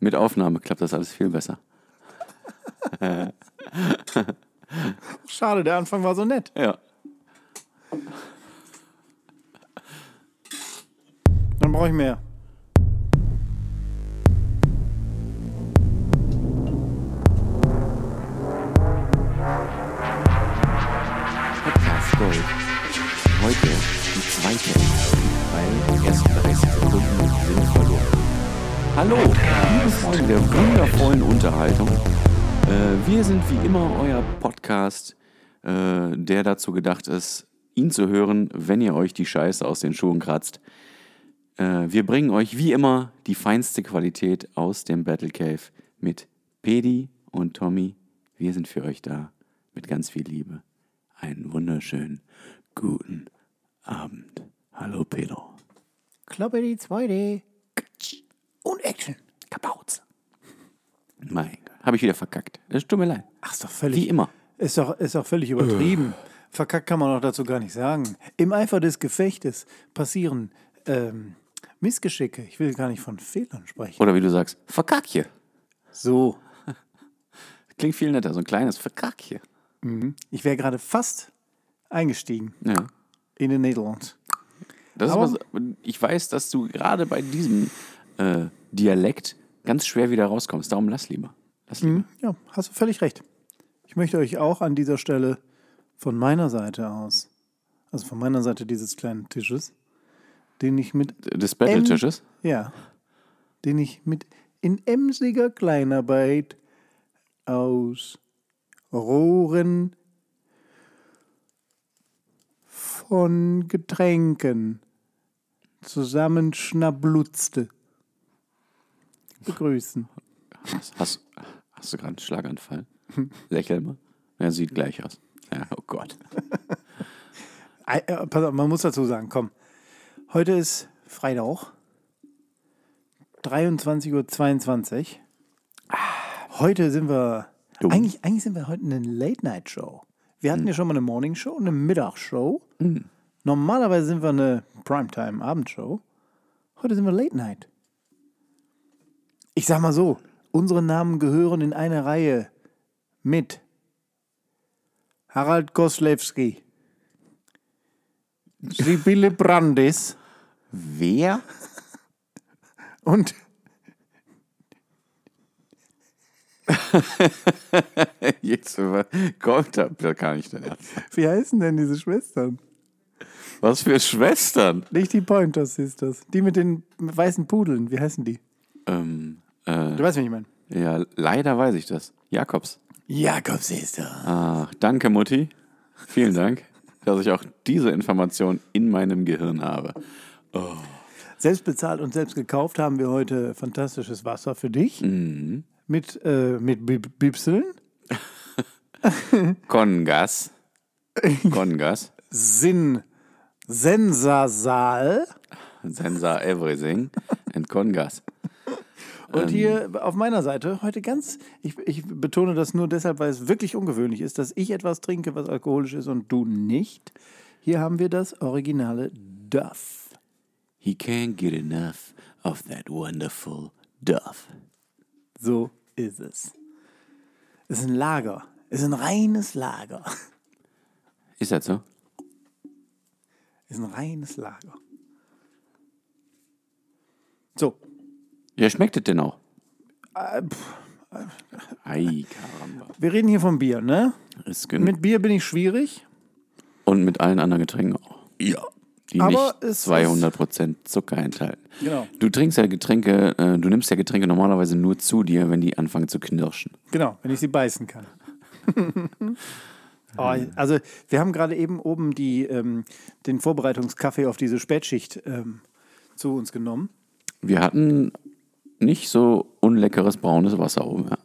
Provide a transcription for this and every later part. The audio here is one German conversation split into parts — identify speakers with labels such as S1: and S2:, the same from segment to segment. S1: Mit Aufnahme klappt das alles viel besser.
S2: Schade, der Anfang war so nett.
S1: Ja.
S2: Dann brauche ich mehr.
S1: Podcast Gold. Heute die zweite, weil erst 30 Sekunden sind verloren. Hallo, liebe Freunde der wundervollen Unterhaltung. Äh, wir sind wie immer euer Podcast, äh, der dazu gedacht ist, ihn zu hören, wenn ihr euch die Scheiße aus den Schuhen kratzt. Äh, wir bringen euch wie immer die feinste Qualität aus dem Battle Cave mit Pedi und Tommy. Wir sind für euch da mit ganz viel Liebe. Einen wunderschönen guten Abend. Hallo Pedro.
S2: Klappe die 2D. Und Action.
S1: Kapauz. Mein Gott, habe ich wieder verkackt. Es tut mir leid.
S2: Ach, ist doch völlig.
S1: Wie immer.
S2: Ist doch, ist doch völlig übertrieben. Verkackt kann man doch dazu gar nicht sagen. Im Eifer des Gefechtes passieren ähm, Missgeschicke. Ich will gar nicht von Fehlern sprechen.
S1: Oder wie du sagst, Verkackje.
S2: So,
S1: Klingt viel netter, so ein kleines Verkackje.
S2: ich wäre gerade fast eingestiegen
S1: Ja.
S2: in den Niederlanden.
S1: Das ist
S2: Aber-
S1: immer so, ich weiß, dass du gerade bei diesem äh, Dialekt ganz schwer wieder rauskommst. Darum lass lieber. Lass lieber.
S2: Ja, hast du völlig recht. Ich möchte euch auch an dieser Stelle von meiner Seite aus, also von meiner Seite dieses kleinen Tisches, den ich mit
S1: Des Battle-Tisches.
S2: Ja. Den ich mit in emsiger Kleinarbeit aus Rohren von Getränken zusammenschnablutzte. Begrüßen.
S1: Hast, hast, hast du gerade einen Schlaganfall? Lächel mal. Ja, sieht gleich aus. Ja, oh Gott.
S2: Ei, äh, Pass auf, man muss dazu sagen, komm. Heute ist Freitag, 23.22 Uhr. Heute sind wir,
S1: Dumm.
S2: eigentlich, eigentlich sind wir heute eine Late-Night-Show. Wir hatten ja schon mal eine Morning-Show, eine Mittagsshow. Normalerweise sind wir eine Primetime-Abendshow. Heute sind wir Late-Night. Ich sag mal so, unsere Namen gehören in eine Reihe mit Harald Koslewski. Sibylle Brandes
S1: Wer?
S2: und
S1: Jetzt äh, kommt da da kann ich denn ernst.
S2: wie heißen denn diese Schwestern?
S1: Was für Schwestern?
S2: Nicht die Pointer Sisters. Die mit den weißen Pudeln, wie heißen die?
S1: Ähm,
S2: Du weißt, wen ich meine.
S1: ja, leider weiß ich das. Jakobs.
S2: Jakob Sister.
S1: Ach, danke, Mutti. Vielen Dank, dass ich auch diese Information in meinem Gehirn habe.
S2: Selbst bezahlt und selbst gekauft haben wir heute fantastisches Wasser für dich. Mit, äh, mit Bib- Bibseln.
S1: Kongas. Kongas.
S2: Sinn. Sensasal.
S1: Sensor everything. And Kongas.
S2: Und hier auf meiner Seite heute ganz, ich, ich betone das nur deshalb, weil es wirklich ungewöhnlich ist, dass ich etwas trinke, was alkoholisch ist und du nicht. Hier haben wir das originale Duff.
S1: He can't get enough of that wonderful Duff.
S2: So ist es. Es ist ein Lager. Es ist ein reines Lager.
S1: Ist das so?
S2: Es ist ein reines Lager. So, äh,
S1: Ja, schmeckt es denn auch? Ei, Karamba.
S2: wir reden hier vom Bier, ne?
S1: Ist gen-
S2: Mit Bier bin ich schwierig.
S1: Und mit allen anderen Getränken auch. Ja. Die
S2: Aber
S1: nicht
S2: es ist-
S1: 200% Zucker enthalten.
S2: Genau.
S1: Du trinkst ja Getränke, äh, du nimmst ja Getränke normalerweise nur zu dir, wenn die anfangen zu knirschen.
S2: Genau, wenn ich sie beißen kann.
S1: Ah,
S2: oh, also wir haben gerade eben oben die, ähm, den Vorbereitungskaffee auf diese Spätschicht ähm, zu uns genommen.
S1: Wir hatten nicht so unleckeres braunes Wasser oben. Ja.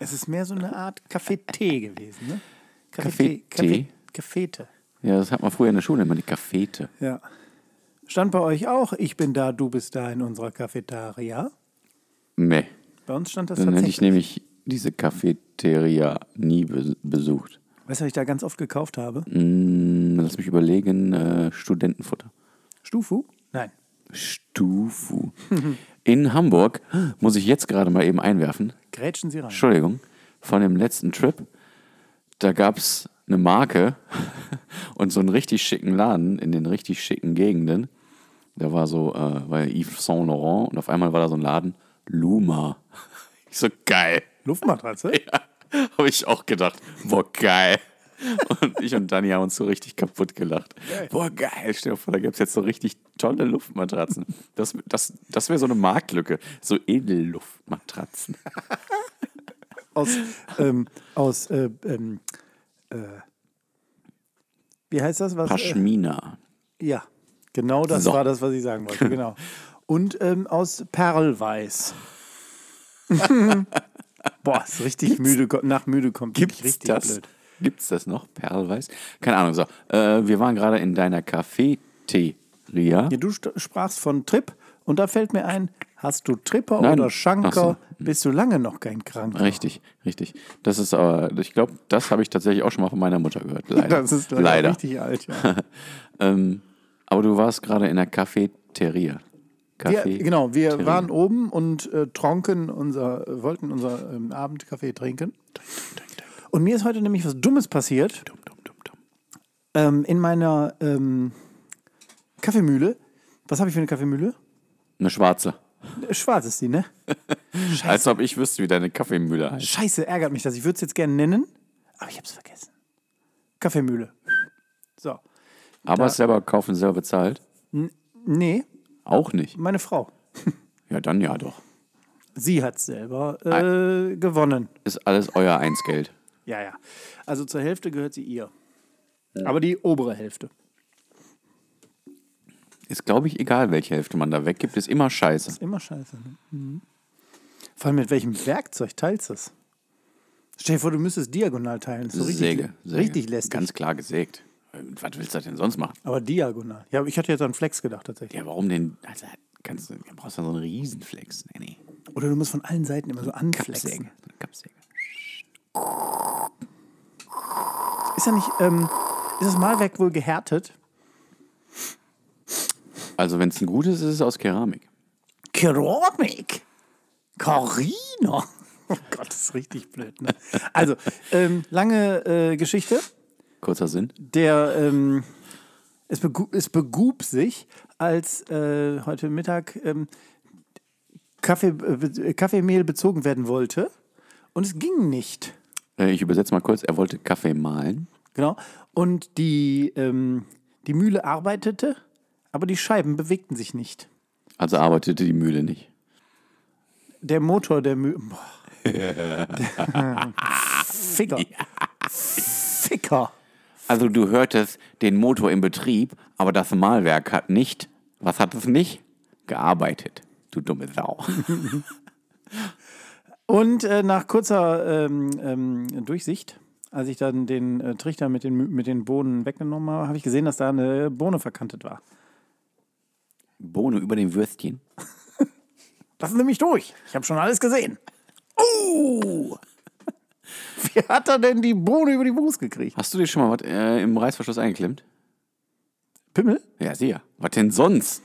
S2: Es ist mehr so eine Art Kaffeetee gewesen. Ne?
S1: Kaffeetee?
S2: Kaffee- Kaffeete.
S1: ja, das hat man früher in der Schule immer, die Kaffete.
S2: Ja. Stand bei euch auch, ich bin da, du bist da in unserer Cafetaria.
S1: Nee,
S2: Bei uns stand das
S1: dann hätte
S2: tatsächlich.
S1: ich nämlich diese Cafeteria nie be besucht.
S2: Weißt du, was ich da ganz oft gekauft habe?
S1: Hm, lass mich überlegen, äh, Studentenfutter.
S2: Stufu? Nein.
S1: Stufu. in Hamburg, muss ich jetzt gerade mal eben einwerfen,
S2: Grätschen Sie rein.
S1: Entschuldigung, von dem letzten Trip, da gab es eine Marke und so einen richtig schicken Laden in den richtig schicken Gegenden. Da war so, äh, war ja Yves Saint Laurent und auf einmal war da so ein Laden, Luma. Ich so, geil.
S2: Luftmatratze?
S1: Habe ich auch gedacht, boah, geil. Und ich und Dani haben uns so richtig kaputt gelacht. Boah, geil. Stell dir vor, da gäbe es jetzt so richtig tolle Luftmatratzen. Das, das, das wäre so eine Marktlücke. So Edelluftmatratzen.
S2: Aus, ähm, aus äh, ähm, äh, wie heißt das? Was, äh,
S1: Paschmina.
S2: ja, genau das
S1: So.
S2: war das, was ich sagen wollte. Genau. Und ähm, aus Perlweiß. Boah, ist richtig müde, ko- nach müde kommt wirklich
S1: Gibt's
S2: richtig
S1: das?
S2: blöd.
S1: Gibt's das noch? Perlweiß? Keine Ahnung. So, äh, wir waren gerade in deiner Cafeteria.
S2: Ja, du st- sprachst von Trip und da fällt mir ein, hast du Tripper
S1: Nein.
S2: oder
S1: Ach so.
S2: Schanker, bist du lange noch kein Kranker.
S1: Richtig, richtig. Das ist aber, ich glaube, das habe ich tatsächlich auch schon mal von meiner Mutter gehört. Leider.
S2: Das ist leider,
S1: leider.
S2: richtig alt. Ja.
S1: Ähm, aber du warst gerade in der Cafeteria.
S2: Wir,
S1: Café-
S2: genau, wir
S1: Terrin.
S2: waren oben und äh, trunken unser, äh, wollten unser ähm, Abendkaffee trinken. Und mir ist heute nämlich was Dummes passiert. Ähm, in meiner ähm, Kaffeemühle. Was habe ich für eine Kaffeemühle?
S1: Eine schwarze.
S2: Äh, Schwarz ist die, ne?
S1: Als ob ich wüsste, wie deine Kaffeemühle heißt.
S2: Scheiße, ärgert mich das. Ich würde es jetzt gerne nennen, aber ich habe es vergessen. Kaffeemühle. So.
S1: Aber selber kaufen, selber bezahlt.
S2: Nee,
S1: Auch nicht.
S2: meine Frau.
S1: Ja, dann ja doch.
S2: Sie hat es selber äh, gewonnen.
S1: Ist alles euer Einsgeld.
S2: Ja, ja. Also zur Hälfte gehört sie ihr. Aber die obere Hälfte.
S1: Ist, glaube ich, egal, welche Hälfte man da weggibt, ist immer scheiße.
S2: Immer scheiße. Ne? Mhm. Vor allem mit welchem Werkzeug teilst du es? Stell dir vor, du müsstest diagonal teilen. Das ist so richtig,
S1: Säge, Säge.
S2: richtig lästig.
S1: Ganz klar gesägt. Und Was willst du denn sonst machen?
S2: aber diagonal. Ja, aber ich hatte jetzt an Flex gedacht tatsächlich.
S1: Ja, warum denn? Also, kannst, du du brauchst dann so einen Riesenflex. Nee, nee.
S2: Oder du musst von allen Seiten immer so anflexen.
S1: Kappsäge. Kappsäge.
S2: Ist ja nicht, ähm, ist das Malwerk wohl gehärtet?
S1: Also, wenn es ein gutes ist, ist es aus Keramik.
S2: Keramik. Carina. Oh Gott, das ist richtig blöd. Ne? Also, ähm, lange äh, Geschichte.
S1: Kurzer Sinn.
S2: der ähm, es, begu es begub sich, als äh, heute Mittag ähm, Kaffee, äh, be- äh, Kaffeemehl bezogen werden wollte und es ging nicht.
S1: Äh, Ich übersetze mal kurz. Er wollte Kaffee mahlen.
S2: Genau. Und die, ähm, die Mühle arbeitete, aber die Scheiben bewegten sich nicht.
S1: Also arbeitete die Mühle nicht.
S2: Der Motor der Mühle. Ficker. Ficker.
S1: Also du hörtest den Motor im Betrieb, aber das Mahlwerk hat nicht, was hat es nicht? Gearbeitet, du dumme Sau.
S2: Und äh, nach kurzer ähm, ähm, Durchsicht, als ich dann den äh, Trichter mit den, Mü- mit den Bohnen weggenommen habe, habe ich gesehen, dass da eine Bohne verkantet war.
S1: Bohne über dem Würstchen.
S2: Lassen Sie mich durch. Ich habe schon alles gesehen. Oh! Wie hat er denn die Bohne über die Wurst gekriegt?
S1: Hast du dir schon mal was äh, im Reißverschluss eingeklemmt?
S2: Pimmel?
S1: Ja, sicher. Was denn sonst?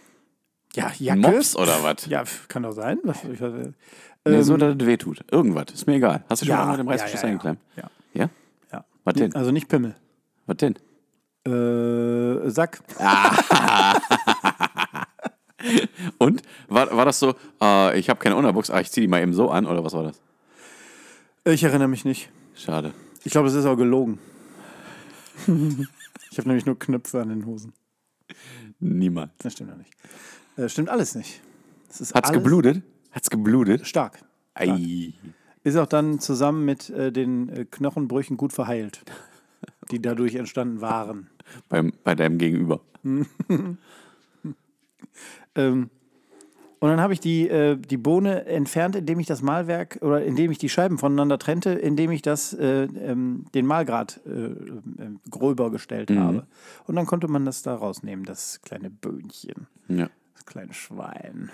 S2: Ja,
S1: Ein
S2: Jacke.
S1: Mops oder was? Ähm,
S2: Ja, pf, kann doch sein. Was- ich- äh,
S1: Nee, so, dass es wehtut. Irgendwas, ist mir egal. Hast du schon
S2: Ja,
S1: mal mal im
S2: ja,
S1: Reißverschluss
S2: ja, ja.
S1: eingeklemmt?
S2: Ja.
S1: Ja?
S2: ja.
S1: Was denn?
S2: Also nicht Pimmel.
S1: Was denn?
S2: Äh, Sack.
S1: Und? War, war das so, äh, ich habe keine Unterbox, ah, ich zieh die mal eben so an oder was war das?
S2: Ich erinnere mich nicht.
S1: Schade.
S2: Ich glaube, es ist auch gelogen. ich habe nämlich nur Knöpfe an den Hosen.
S1: Niemals.
S2: Das stimmt ja nicht. Äh, stimmt alles nicht. Es ist
S1: Hat's
S2: alles
S1: geblutet? Hat's geblutet?
S2: Stark.
S1: Ei.
S2: Ist auch dann zusammen mit äh, den äh, Knochenbrüchen gut verheilt, die dadurch entstanden waren.
S1: Beim, bei deinem Gegenüber.
S2: Ähm, und dann habe ich die, äh, die Bohne entfernt, indem ich das Mahlwerk oder indem ich die Scheiben voneinander trennte, indem ich das, äh, ähm, den Mahlgrad äh, ähm, gröber gestellt
S1: Mhm.
S2: habe. Und dann konnte man das da rausnehmen, das kleine Böhnchen.
S1: Ja.
S2: Das kleine Schwein.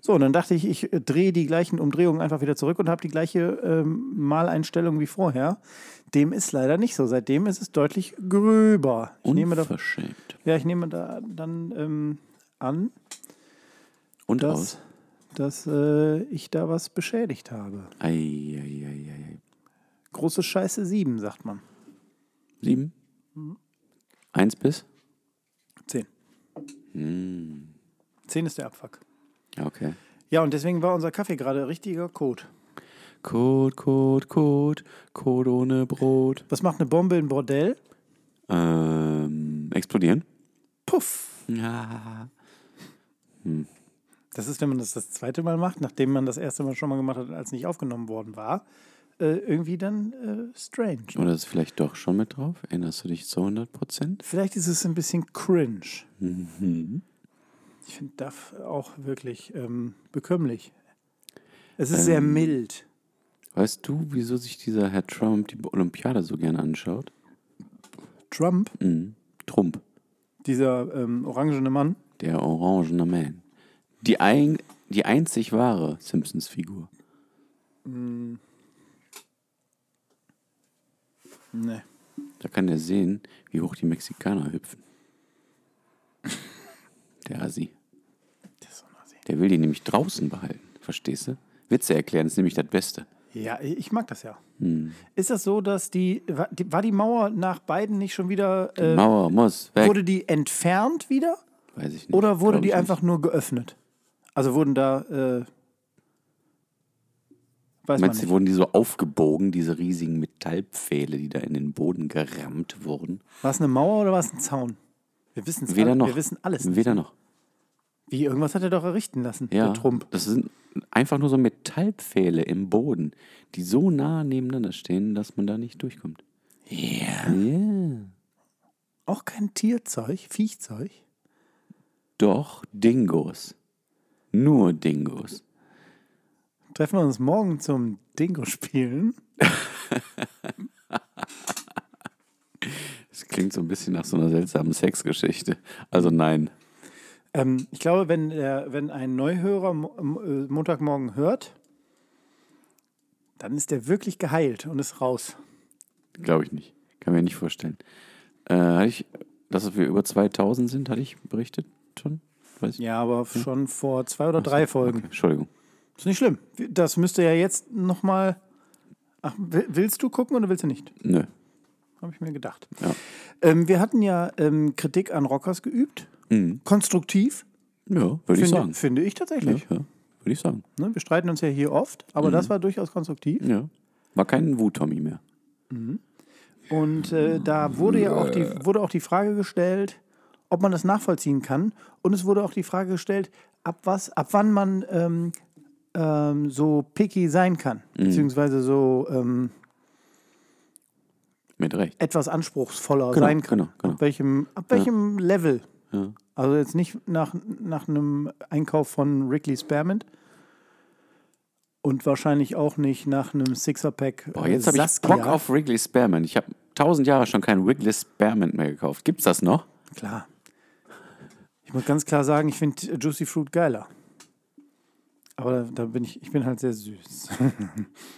S2: So, und dann dachte ich, ich äh, drehe die gleichen Umdrehungen einfach wieder zurück und habe die gleiche ähm, Maleinstellung wie vorher. Dem ist leider nicht so. Seitdem ist es deutlich gröber. Ich nehme da,
S1: Unverschämt.
S2: ja, ich nehme da dann ähm, an,
S1: Und
S2: dass,
S1: raus.
S2: dass äh, ich da was beschädigt habe.
S1: Ei, ei, ei, ei, ei.
S2: Große Scheiße 7, sagt man.
S1: Sieben? Mhm. Eins bis?
S2: 10. Hm. Zehn 10 ist der Abfuck.
S1: Ja, okay.
S2: Ja, und deswegen war unser Kaffee gerade richtiger Kot.
S1: Code, Code, Code, Code ohne Brot.
S2: Was macht eine Bombe in Bordell?
S1: Ähm, explodieren?
S2: Puff!
S1: Ja.
S2: Das ist, wenn man das das zweite Mal macht, nachdem man das erste Mal schon mal gemacht hat, als nicht aufgenommen worden war, äh, irgendwie dann äh, strange.
S1: Oder ist vielleicht doch schon mit drauf? Erinnerst du dich zu 100 Prozent?
S2: Vielleicht ist es ein bisschen cringe. Ich finde das auch wirklich ähm, bekömmlich. Es ist sehr mild.
S1: Weißt du, wieso sich dieser Herr Trump die Olympiade so gern anschaut?
S2: Trump,
S1: Mhm. Trump,
S2: dieser ähm, orangene Mann,
S1: der orangene Man. Die, ein, die einzig wahre Simpsons-Figur.
S2: nee.
S1: Da kann er sehen, wie hoch die Mexikaner hüpfen. Der Asi.
S2: Das ist so nassi.
S1: Der will die nämlich draußen behalten. Verstehst du? Witze erklären ist nämlich das Beste.
S2: ja, ich ich mag das ja. Ist das so, dass die war, die, war die Mauer nach beiden nicht schon wieder, äh,
S1: Mauer muss weg.
S2: wurde die entfernt wieder
S1: Weiß ich nicht.
S2: oder wurde
S1: Glaub
S2: die
S1: ich
S2: einfach nur geöffnet? Also wurden da, äh, weiß
S1: Nicht.
S2: man
S1: Meinst du,
S2: nicht.
S1: wurden die so aufgebogen, diese riesigen Metallpfähle, die da in den Boden gerammt wurden?
S2: War es eine Mauer oder war es ein Zaun? Wir wissen es
S1: Weder
S2: alle-
S1: noch.
S2: Wir wissen alles.
S1: Weder noch.
S2: Wie, irgendwas hat er doch errichten lassen,
S1: Ja.
S2: der Trump.
S1: Das sind einfach nur so Metallpfähle im Boden, die so nah nebeneinander stehen, dass man da nicht durchkommt. Ja. Yeah.
S2: Auch kein Tierzeug, Viechzeug.
S1: Doch Dingos. Nur Dingos.
S2: Treffen wir uns morgen zum Dingo-Spielen.
S1: Das klingt so ein bisschen nach so einer seltsamen Sexgeschichte. Also nein.
S2: Ähm, ich glaube, wenn, der, wenn ein Neuhörer mo am, äh, Montagmorgen hört, dann ist der wirklich geheilt und ist raus.
S1: Glaube ich nicht. Kann mir nicht vorstellen. Äh, hatte ich, dass wir über 2000 sind, hatte ich berichtet schon? Weiß ich.
S2: Ja, aber schon vor zwei oder drei
S1: Hm.
S2: Folgen.
S1: Okay, Entschuldigung.
S2: Ist nicht schlimm. Das müsste ja jetzt nochmal. Ach, wi- willst du gucken oder willst du nicht?
S1: Nö.
S2: Habe ich mir gedacht.
S1: Ja.
S2: Ähm, wir hatten ja ähm, Kritik an Rockers geübt. Konstruktiv,
S1: Ja, Mhm. würde ich
S2: finde,
S1: sagen.
S2: finde ich
S1: Ja,
S2: tatsächlich.
S1: ja, würde ich sagen.
S2: Ne, wir streiten uns ja hier oft,
S1: Mhm.
S2: aber das war durchaus konstruktiv.
S1: Ja. War kein Wu-Tommy mehr.
S2: Und äh, da wurde ja auch
S1: Äh.
S2: die, wurde auch die Frage gestellt, ob man das nachvollziehen kann. Und es wurde auch die Frage gestellt, ab, was, ab wann man ähm, ähm, so picky sein kann,
S1: Mhm.
S2: beziehungsweise so ähm,
S1: Mit Recht.
S2: etwas anspruchsvoller
S1: Genau,
S2: sein kann.
S1: genau, genau.
S2: Ab welchem, ab welchem Level. Also jetzt nicht nach, nach einem Einkauf von Wrigley Spearmint. Und wahrscheinlich auch nicht nach einem Sixer-Pack.
S1: Boah,
S2: äh,
S1: jetzt habe ich
S2: Saskia.
S1: Bock auf Wrigley Spearmint. Ich habe tausend Jahre schon keinen Wrigley Spearmint mehr gekauft. Gibt's das noch?
S2: Klar. Ich muss ganz klar sagen, ich finde Juicy Fruit geiler. Aber da, da bin ich, ich bin halt sehr süß.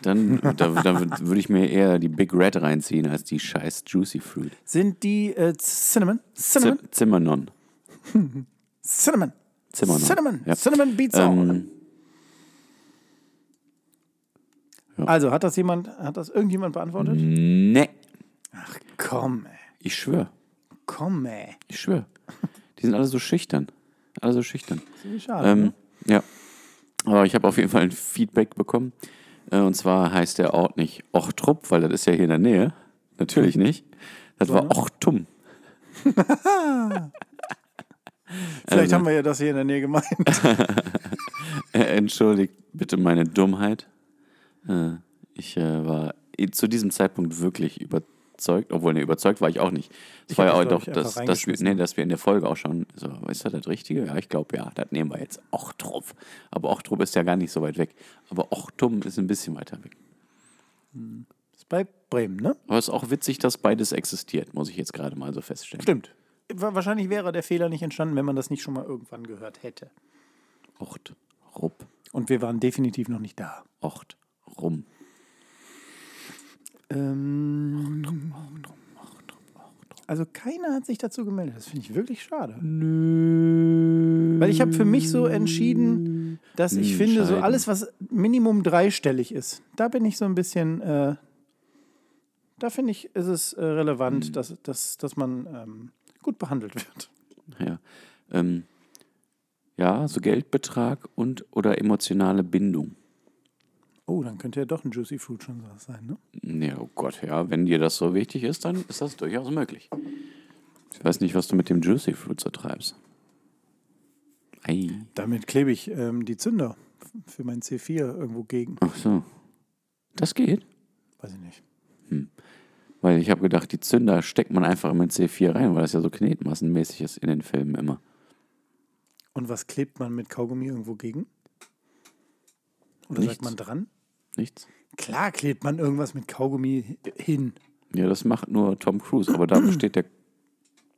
S1: Dann, da, dann würde ich mir eher die Big Red reinziehen als die scheiß Juicy Fruit.
S2: Sind die äh, Cinnamon? Cinnamon?
S1: Z Zimmernon.
S2: Cinnamon.
S1: Cinnamon.
S2: Cinnamon.
S1: Ja.
S2: Cinnamon Beats all.
S1: Ähm,
S2: Also, hat das jemand, hat das irgendjemand
S1: Mhm.
S2: beantwortet?
S1: Ähm, nee.
S2: Komm, ey.
S1: Ich schwöre.
S2: Komm, ey.
S1: Ich schwöre. Die sind alle so schüchtern. Alle so schüchtern.
S2: Schade.
S1: Ähm, ja. Aber ich habe auf jeden Fall ein Feedback bekommen. Äh, und zwar heißt der Ort nicht Ochtrup, weil das ist ja hier in der Nähe. Natürlich nicht. Das war Ochtum.
S2: Vielleicht haben wir ja das hier in der Nähe gemeint.
S1: Äh, entschuldigt bitte meine Dummheit. Äh, ich äh, war eh zu diesem Zeitpunkt wirklich überzeugt, obwohl ne, überzeugt war ich auch nicht. Es war
S2: hab
S1: ja auch
S2: das, glaub
S1: doch,
S2: ich,
S1: dass,
S2: einfach
S1: dass, wir,
S2: reingeschmissen.
S1: nee, ne, dass wir in der Folge auch schon, so, ist das das Richtige? Ja, ich glaube ja, das nehmen wir jetzt. Ochtrup. Aber Ochtrup ist ja gar nicht so weit weg. Aber Ochtum ist ein bisschen weiter weg.
S2: Ist bei Bremen, ne?
S1: Aber es ist auch witzig, dass beides existiert, muss ich jetzt gerade mal so feststellen.
S2: Stimmt. Wa- Wahrscheinlich wäre der Fehler nicht entstanden, wenn man das nicht schon mal irgendwann gehört hätte.
S1: Ochtrup.
S2: Und wir waren definitiv noch nicht da.
S1: Ochtrum.
S2: Ähm, Also keiner hat sich dazu gemeldet. Das finde ich wirklich schade.
S1: Nö.
S2: Weil ich habe für mich so entschieden, dass ich finde, so
S1: Entscheiden.
S2: alles, was Minimum dreistellig ist, da bin ich so ein bisschen, äh, da finde ich, ist es äh, relevant, dass, dass, dass man ähm, gut behandelt wird.
S1: Ja. Ähm, ja, so Geldbetrag und oder emotionale Bindung.
S2: Oh, dann könnte ja doch ein Juicy Fruit schon was sein, ne?
S1: Ja, oh Gott, ja, wenn dir das so wichtig ist, dann ist das durchaus möglich. Ich weiß nicht, was du mit dem Juicy Fruit so treibst. Ei.
S2: Damit klebe ich ähm, die Zünder f- für mein C4 irgendwo gegen.
S1: Ach so. Das geht.
S2: Weiß ich nicht.
S1: Weil ich habe gedacht, die Zünder steckt man einfach immer in C4 rein, weil das ja so knetmassenmäßig ist in den Filmen immer.
S2: Und was klebt man mit Kaugummi irgendwo gegen? Oder
S1: Nichts.
S2: sagt man dran?
S1: Nichts?
S2: Klar klebt man irgendwas mit Kaugummi hi- hin.
S1: Ja, das macht nur Tom Cruise, aber da besteht der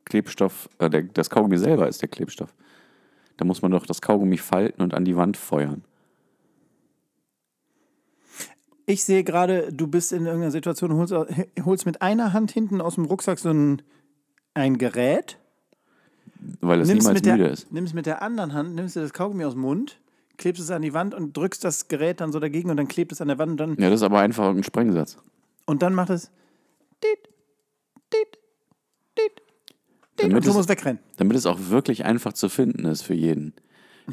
S1: Klebstoff, äh, der, das Kaugummi selber ist der Klebstoff. Da muss man doch das Kaugummi falten und an die Wand feuern.
S2: Ich sehe gerade, du bist in irgendeiner Situation, holst, au- holst mit einer Hand hinten aus dem Rucksack so ein, ein Gerät,
S1: Weil es
S2: nimmst
S1: niemals
S2: mit, der,
S1: müde ist.
S2: nimmst mit der anderen Hand, nimmst dir das Kaugummi aus dem Mund, klebst es an die Wand und drückst das Gerät dann so dagegen und dann klebt es an der Wand und dann,
S1: Ja, das ist aber einfach ein Sprengsatz.
S2: und dann macht es. Diet, diet, diet, diet, und
S1: Damit
S2: du
S1: es-
S2: musst wegrennen.
S1: Damit es auch wirklich einfach zu finden ist für jeden.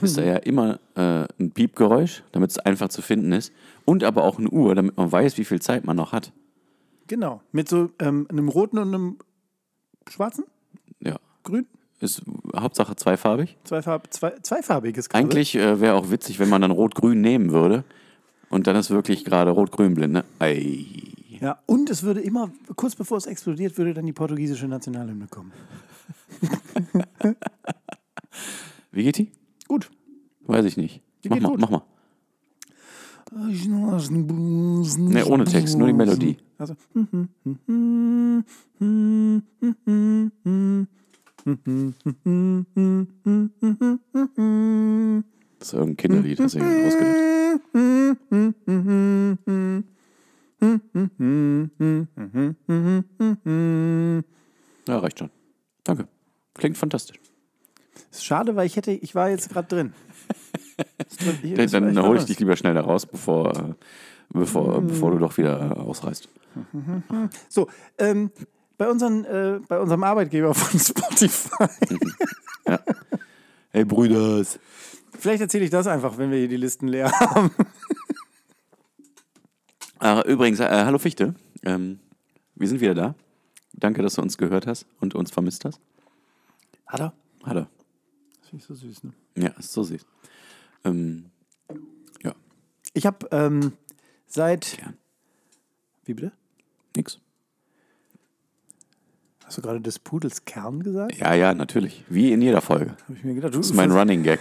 S1: Ist da ja immer äh, ein Piepgeräusch, damit es einfach zu finden ist. Und aber auch eine Uhr, damit man weiß, wie viel Zeit man noch hat.
S2: Genau. Mit so ähm, einem roten und einem schwarzen,
S1: Ja.
S2: grün,
S1: Ist Hauptsache zweifarbig.
S2: zweifarb, zwei, zweifarbiges gerade.
S1: Eigentlich äh, wäre auch witzig, wenn man dann Rot-Grün nehmen würde. Und dann ist wirklich gerade Rot-Grün blind, ne? Ei.
S2: Ja, und es würde immer, kurz bevor es explodiert, würde dann die portugiesische Nationalhymne kommen.
S1: Wie geht die?
S2: Gut.
S1: Weiß ich nicht.
S2: Die
S1: mach
S2: geht
S1: mal,
S2: gut.
S1: mach mal.
S2: Ne,
S1: ohne Text, nur die Melodie.
S2: Also,
S1: Das ist irgendein Kinderlied, das
S2: Mhm.
S1: irgendwie ausgedacht. Ja, reicht schon. Danke. Klingt fantastisch.
S2: ist schade, weil ich hätte, ich war jetzt gerade drin.
S1: Dann, dann hole ich dich lieber schnell da raus, bevor, äh, bevor,
S2: Mhm.
S1: bevor du doch wieder äh, ausreißt.
S2: So, ähm, bei, unseren, äh, bei unserem Arbeitgeber von Spotify.
S1: Hey Brüders.
S2: Vielleicht erzähle ich das einfach, wenn wir hier die Listen leer haben.
S1: Ah, übrigens, äh, hallo Fichte. Ähm, wir sind wieder da. Danke, dass du uns gehört hast und uns vermisst hast.
S2: Hat er?
S1: Hallo.
S2: Das finde ich so süß, ne?
S1: Ja, ist so süß. Ähm, ja,
S2: Ich habe ähm, seit.
S1: Gern.
S2: Wie bitte?
S1: nix.
S2: Hast du gerade des Pudels Kern gesagt?
S1: Ja, ja, natürlich. Wie in jeder Folge.
S2: Habe ich mir gedacht. Du,
S1: Das ist mein Running Gag.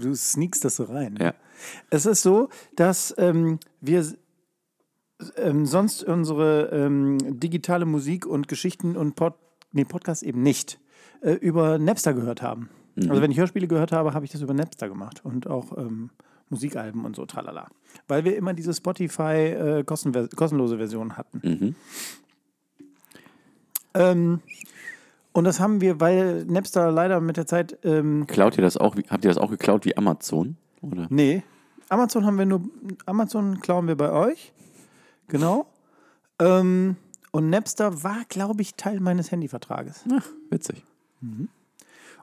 S2: du sneakst das so rein. ne?
S1: Ja.
S2: Es ist so, dass ähm, wir s- ähm, sonst unsere ähm, digitale Musik und Geschichten und Pod nee, Podcasts eben nicht äh, über Napster gehört haben. Also wenn ich Hörspiele gehört habe, habe ich das über Napster gemacht und auch ähm, Musikalben und so, tralala. Weil wir immer diese Spotify äh, kostenver kostenlose Version hatten. Ähm, und das haben wir, weil Napster leider mit der Zeit ähm,
S1: Klaut ihr das auch? Wie, habt ihr das auch geklaut wie Amazon? Oder?
S2: Nee. Amazon haben wir nur. Amazon klauen wir bei euch. Genau. Ähm, und Napster war, glaube ich, Teil meines Handyvertrages.
S1: Ach, witzig.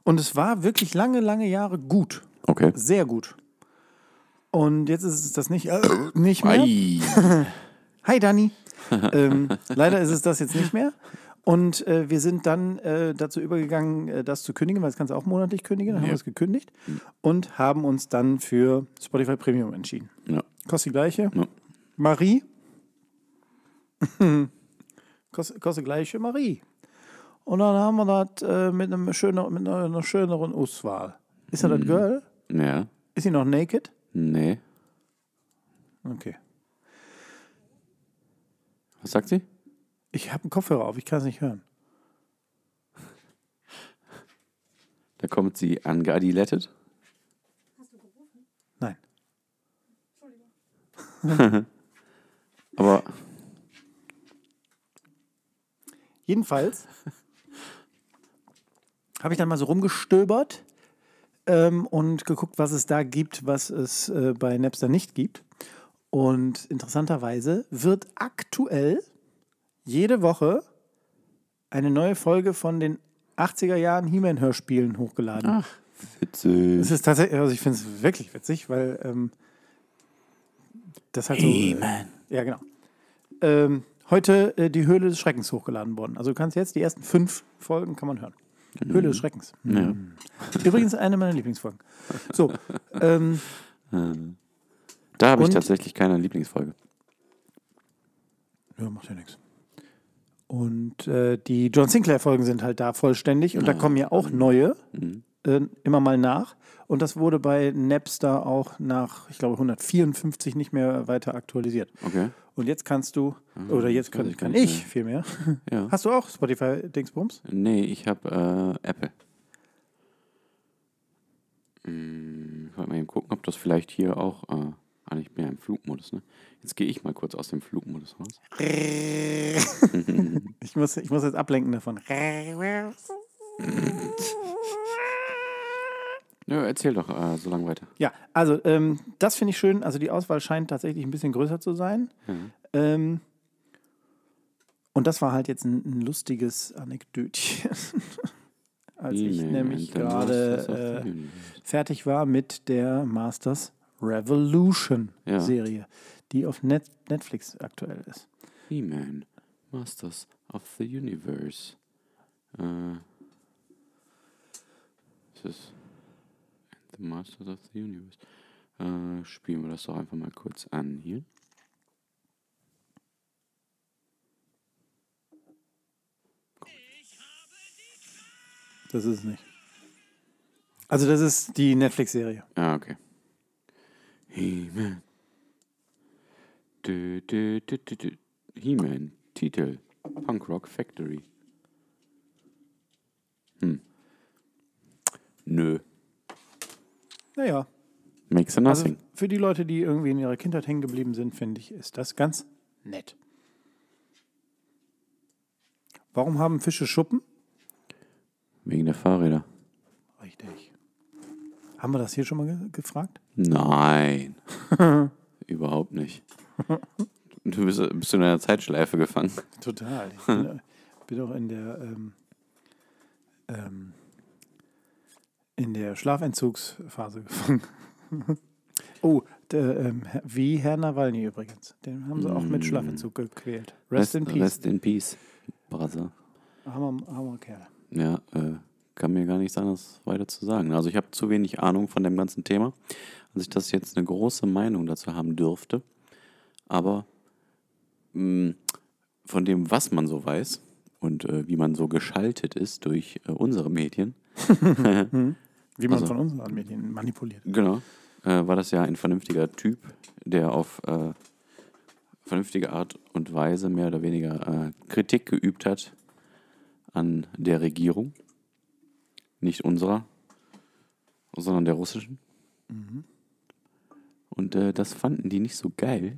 S2: Und es war wirklich lange, lange Jahre gut.
S1: Okay.
S2: Sehr gut. Und jetzt ist es das nicht, äh, nicht mehr.
S1: Ei.
S2: Hi Dani. ähm, leider ist es das jetzt nicht mehr. Und äh, wir sind dann äh, dazu übergegangen, äh, das zu kündigen, weil das kannst du auch monatlich kündigen. Dann haben wir es gekündigt und haben uns dann für Spotify Premium entschieden.
S1: Ja.
S2: Kostet die gleiche.
S1: Ja.
S2: Marie. kostet, kostet gleiche Marie. Und dann haben wir das äh, mit, einem schöner, mit einer, einer schöneren Auswahl. Ist das das Girl?
S1: ja.
S2: Ist sie noch naked?
S1: Nee.
S2: Okay.
S1: Was sagt sie?
S2: Ich habe einen Kopfhörer auf, ich kann es nicht hören.
S1: Da kommt sie angadilettet.
S2: Nein.
S1: Aber
S2: Jedenfalls habe ich dann mal so rumgestöbert ähm, und geguckt, was es da gibt, was es äh, bei Napster nicht gibt. Und interessanterweise wird aktuell jede Woche eine neue Folge von den 80er Jahren He-Man-Hörspielen hochgeladen.
S1: Witzig.
S2: Es ist tatsächlich, also ich finde es wirklich witzig, weil ähm, das halt so.
S1: He-Man.
S2: Ja, genau. Ähm, heute äh, die Höhle des Schreckens hochgeladen worden. Also du kannst jetzt die ersten fünf Folgen kann man hören. Höhle des Schreckens. Übrigens eine meiner Lieblingsfolgen. So, ähm,
S1: Da habe ich
S2: Und-
S1: tatsächlich keine Lieblingsfolge.
S2: ja, macht ja nichts. Und äh, die John Sinclair-Folgen sind halt da vollständig und da kommen ja auch neue äh, immer mal nach. Und das wurde bei Napster auch nach, ich glaube, 154 nicht mehr weiter aktualisiert.
S1: Okay.
S2: Und jetzt kannst du, oder jetzt
S1: weiß
S2: kann,
S1: Mhm, ich
S2: kann
S1: gar nicht
S2: ich vielmehr.
S1: Ja.
S2: Hast du auch Spotify-Dingsbums?
S1: Nee, ich habe äh, Apple. Hm, Ich wollte mal eben gucken, ob das vielleicht hier auch. Äh, ah, ich bin ja im Flugmodus, ne? Jetzt gehe ich mal kurz aus dem Flugmodus raus.
S2: Ich muss, ich muss jetzt ablenken davon.
S1: Nö, erzähl doch äh, so lange weiter.
S2: Ja, also ähm, das finde ich schön. Also die Auswahl scheint tatsächlich ein bisschen größer zu sein. Ähm, und das war halt jetzt ein, ein lustiges Anekdötchen. Als ich
S1: E-Mail and
S2: nämlich
S1: the Masters of
S2: gerade
S1: the
S2: äh,
S1: Universe.
S2: fertig war mit der Masters Revolution
S1: Ja.
S2: Serie, die auf Net Netflix aktuell ist.
S1: He-Man, Masters of the Universe. Äh, ist es and The Masters of the Universe. Äh, spielen wir das doch einfach mal kurz an hier.
S2: Das ist es nicht. Also das ist die Netflix-Serie.
S1: Ah, okay. He-Man. Dö, dö, dö, dö, dö. He-Man, Titel. Punk Rock Factory. Hm. Nö.
S2: Naja,
S1: Makes a
S2: also
S1: nothing.
S2: für die Leute, die irgendwie in ihrer Kindheit hängen geblieben sind, finde ich, ist das ganz nett. Warum haben Fische Schuppen?
S1: Wegen der Fahrräder.
S2: Richtig. Haben wir das hier schon mal ge gefragt?
S1: Nein. Überhaupt nicht. Du bist, bist du in einer Zeitschleife gefangen.
S2: Total. Ich bin, äh, bin auch in der, ähm, ähm, in der Schlafentzugsphase gefangen. oh, der, ähm, Herr- wie Herr Nawalny übrigens. Den haben sie auch mit Schlafentzug gequält. Rest, in Peace.
S1: Mm. Rest in Peace, Brother.
S2: Hammer, hammer Kerl.
S1: Ja, äh, kann mir gar nichts anderes weiter zu sagen. Also ich habe zu wenig Ahnung von dem ganzen Thema, als ich das jetzt eine große Meinung dazu haben dürfte. Aber mh, von dem, was man so weiß und äh, wie man so geschaltet ist durch äh, unsere Medien,
S2: Wie man
S1: Also-
S2: von unseren Medien manipuliert.
S1: Genau. Äh, war das ja ein vernünftiger Typ, der auf äh, vernünftige Art und Weise mehr oder weniger äh, Kritik geübt hat an der Regierung. Nicht unserer, sondern der russischen. Und äh, das fanden die nicht so geil.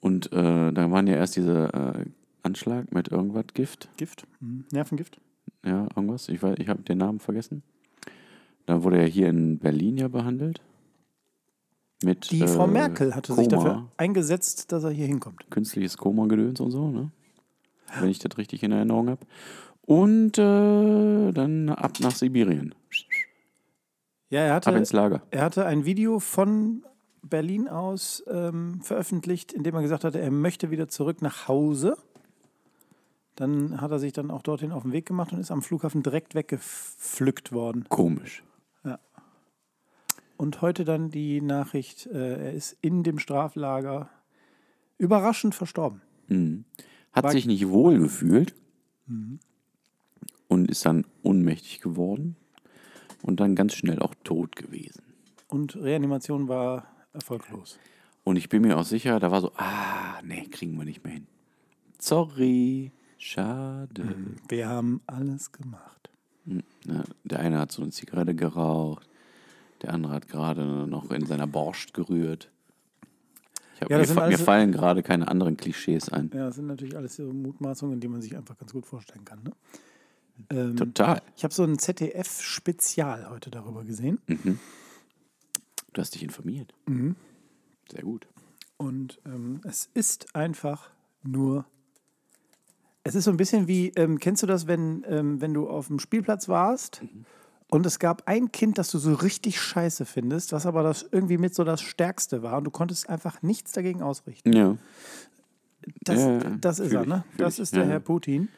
S1: Und äh, da waren ja erst diese äh, Anschlag mit irgendwas Gift.
S2: Gift? Mhm.
S1: Äh,
S2: Nervengift?
S1: Ja, irgendwas. Ich, weiß- ich habe den Namen vergessen. Dann wurde er hier in Berlin ja behandelt. Mit,
S2: Die Frau
S1: äh,
S2: Merkel hatte sich
S1: Koma,
S2: dafür eingesetzt, dass er hier hinkommt.
S1: Künstliches Koma-Gedöns und so, ne? Wenn ich das richtig in Erinnerung habe. Und äh, dann ab nach Sibirien.
S2: Ja, er
S1: Ab
S2: hatte,
S1: ins Lager.
S2: Er hatte ein Video von Berlin aus ähm, veröffentlicht, in dem er gesagt hatte, er möchte wieder zurück nach Hause. Dann hat er sich dann auch dorthin auf den Weg gemacht und ist am Flughafen direkt weggepflückt worden.
S1: Komisch.
S2: Und heute dann die Nachricht, äh, er ist in dem Straflager überraschend verstorben.
S1: Mhm. Hat
S2: War- Mhm.
S1: sich nicht wohl gefühlt und ist dann ohnmächtig geworden und dann ganz schnell auch tot gewesen.
S2: Und Reanimation war erfolglos.
S1: Und ich bin mir auch sicher, da war so, ah, nee, kriegen wir nicht mehr hin. Sorry, schade.
S2: Wir haben alles gemacht.
S1: Na, der eine hat so eine Zigarette geraucht, der andere hat gerade noch in seiner Borscht gerührt. Ich hab,
S2: Ja,
S1: mir,
S2: das sind
S1: fa- mir
S2: alles- Mhm.
S1: fallen gerade keine anderen Klischees ein.
S2: Ja, das sind natürlich alles so Mutmaßungen, die man sich einfach ganz gut vorstellen kann. Ne? Ähm,
S1: Total.
S2: ich habe so ein ZDF-Spezial heute darüber gesehen.
S1: Mhm. Du hast dich informiert.
S2: Mhm.
S1: Sehr gut.
S2: Und ähm, es ist einfach nur. Es ist so ein bisschen wie, ähm, kennst du das, wenn, ähm, wenn du auf dem Spielplatz warst
S1: Mhm.
S2: und es gab ein Kind, das du so richtig scheiße findest, was aber das irgendwie mit so das Stärkste war und du konntest einfach nichts dagegen ausrichten.
S1: Ja.
S2: Das,
S1: Ja, ja,
S2: das ist
S1: fühl
S2: er,
S1: ich,
S2: ne?
S1: fühl
S2: Das
S1: ich,
S2: ist der
S1: ja, ja.
S2: Herr Putin.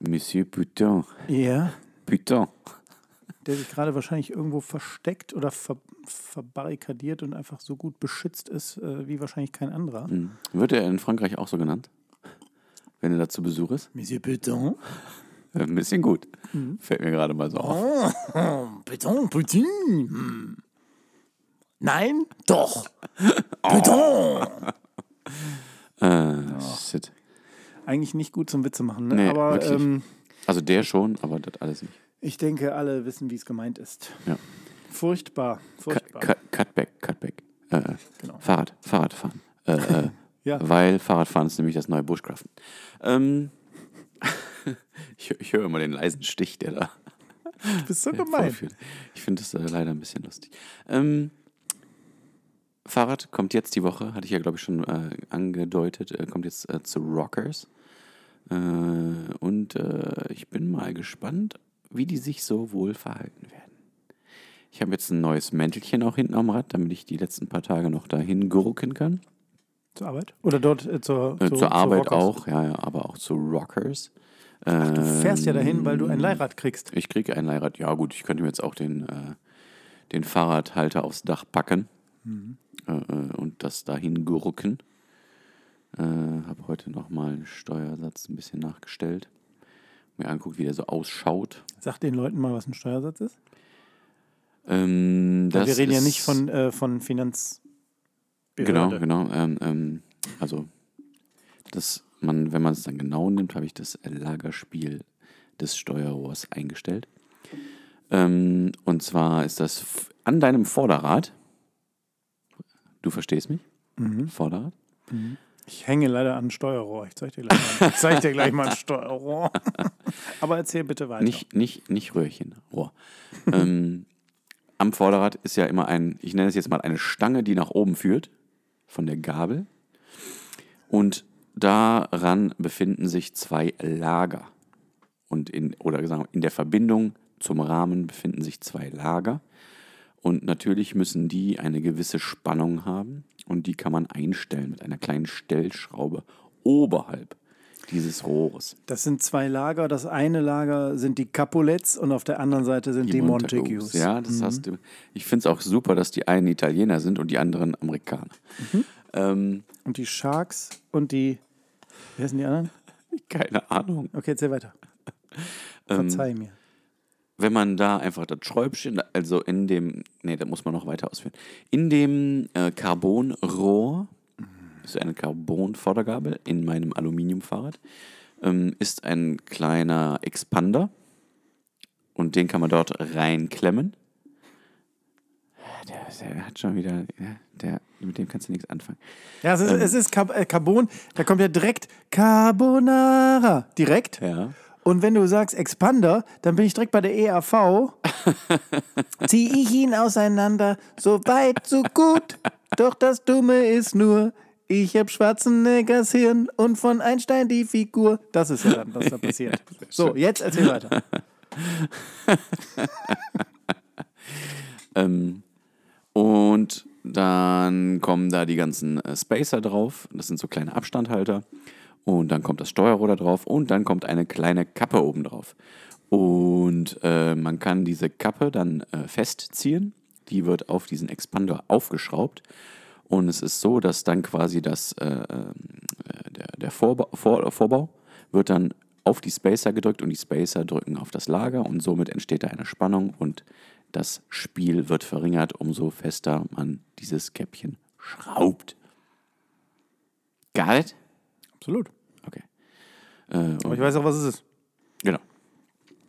S1: Monsieur Putin.
S2: Ja.
S1: Putin.
S2: Der sich gerade wahrscheinlich irgendwo versteckt oder ver verbarrikadiert und einfach so gut beschützt ist äh, wie wahrscheinlich kein anderer.
S1: Mhm. Wird er in Frankreich auch so genannt? Wenn er da zu Besuch ist? Äh,
S2: Monsieur Putin.
S1: Ein bisschen gut.
S2: Mhm.
S1: Fällt mir gerade mal so auf.
S2: Oh, Beton, Putin. Hm. Nein, doch. Beton.
S1: Äh, Shit.
S2: Eigentlich nicht gut zum Witze machen, ne?
S1: Nee,
S2: aber
S1: wirklich.
S2: ähm,
S1: Also der schon, aber das alles nicht.
S2: ich denke, alle wissen, wie es gemeint ist.
S1: Ja.
S2: Furchtbar, furchtbar.
S1: Cut, cutback, Cutback. Äh,
S2: Genau.
S1: Fahrrad, Fahrrad fahren. Äh, äh,
S2: Ja.
S1: Weil Fahrradfahren ist nämlich das neue Bushcraften. Ähm, ich hö- ich höre immer den leisen Stich, der da
S2: du bist so gemein.
S1: vorführt. Ich finde das äh, leider ein bisschen lustig. Ähm, Fahrrad kommt jetzt die Woche, hatte ich ja, glaube ich, schon äh, angedeutet, äh, kommt jetzt äh, zu Rockers. Äh, und äh, ich bin mal gespannt, wie die sich so wohl verhalten werden. Ich habe jetzt ein neues Mäntelchen auch hinten am Rad, damit ich die letzten paar Tage noch dahin gurken kann.
S2: Zur Arbeit? Oder dort äh, zur,
S1: Äh,
S2: zu-
S1: zur Arbeit
S2: Rockers.
S1: auch, ja, ja, aber auch zu Rockers.
S2: Du fährst ja dahin, weil
S1: ähm,
S2: du ein Leihrad kriegst.
S1: Ich kriege ein Leihrad. Ja, gut, ich könnte mir jetzt auch den, äh, den Fahrradhalter aufs Dach packen
S2: Mhm.
S1: äh, äh, und das dahin gurken. Äh, habe heute nochmal einen Steuersatz ein bisschen nachgestellt. Mir anguckt, wie der so ausschaut.
S2: Sag den Leuten mal, was ein Steuersatz ist.
S1: Ähm,
S2: Weil
S1: das
S2: wir reden ja
S1: ist-
S2: nicht von, äh, von Finanz.
S1: Genau, genau. Ähm, ähm, also, das, man, wenn man es dann genau nimmt, habe ich das Lagerspiel des Steuerrohrs eingestellt. Ähm, und zwar ist das f- an deinem Vorderrad. Du verstehst mich? Vorderrad.
S2: Ich hänge leider an ein Steuerrohr. Ich zeig dir gleich mal, ich zeig dir gleich mal ein Steuerrohr. Aber erzähl bitte weiter.
S1: Nicht, nicht, nicht Röhrchen, Rohr. ähm, am Vorderrad ist ja immer ein, ich nenne es jetzt mal eine Stange, die nach oben führt, von der Gabel. Und daran befinden sich zwei Lager. Und in, oder gesagt, in der Verbindung zum Rahmen befinden sich zwei Lager. Und natürlich müssen die eine gewisse Spannung haben. Und die kann man einstellen mit einer kleinen Stellschraube oberhalb dieses Rohres.
S2: Das sind zwei Lager. Das eine Lager sind die Capulets und auf der anderen Seite sind die, Montagues.
S1: Ja, das hast du. Ich finde es auch super, dass die einen Italiener sind und die anderen Amerikaner. Ähm,
S2: Und die Sharks und die. Wer sind die anderen?
S1: keine Ahnung.
S2: Okay, erzähl weiter. Verzeih mir.
S1: Wenn man da einfach das Schräubchen, also in dem, nee, da muss man noch weiter ausführen. In dem äh, Carbonrohr, das ist eine Carbon-Vordergabel in meinem Aluminiumfahrrad, ähm, ist ein kleiner Expander und den kann man dort reinklemmen. Der, der hat schon wieder, ja, der, mit dem kannst du nichts anfangen.
S2: Ja, es ist, es ist Car äh, Carbon. Da kommt ja direkt Carbonara. Direkt.
S1: Ja.
S2: Und wenn du sagst Expander, dann bin ich direkt bei der EAV. Zieh ich ihn auseinander, so weit, so gut. Doch das Dumme ist nur, ich hab Schwarzeneggers Hirn und von Einstein die Figur. Das ist ja dann, was da passiert. So, jetzt erzähl weiter.
S1: Und dann kommen da die ganzen äh, Spacer drauf. Das sind so kleine Abstandhalter. Und dann kommt das Steuerrohr da drauf. Und dann kommt eine kleine Kappe oben drauf. Und äh, man kann diese Kappe dann äh, festziehen. Die wird auf diesen Expander aufgeschraubt. Und es ist so, dass dann quasi das, äh, ähm, äh, der, der Vorbau, Vor, Vorbau wird dann auf die Spacer gedrückt und die Spacer drücken auf das Lager und somit entsteht da eine Spannung und das Spiel wird verringert, umso fester man dieses Käppchen schraubt. Got it?
S2: Absolut.
S1: Okay. Äh,
S2: Aber
S1: und,
S2: ich weiß auch, was es ist.
S1: genau.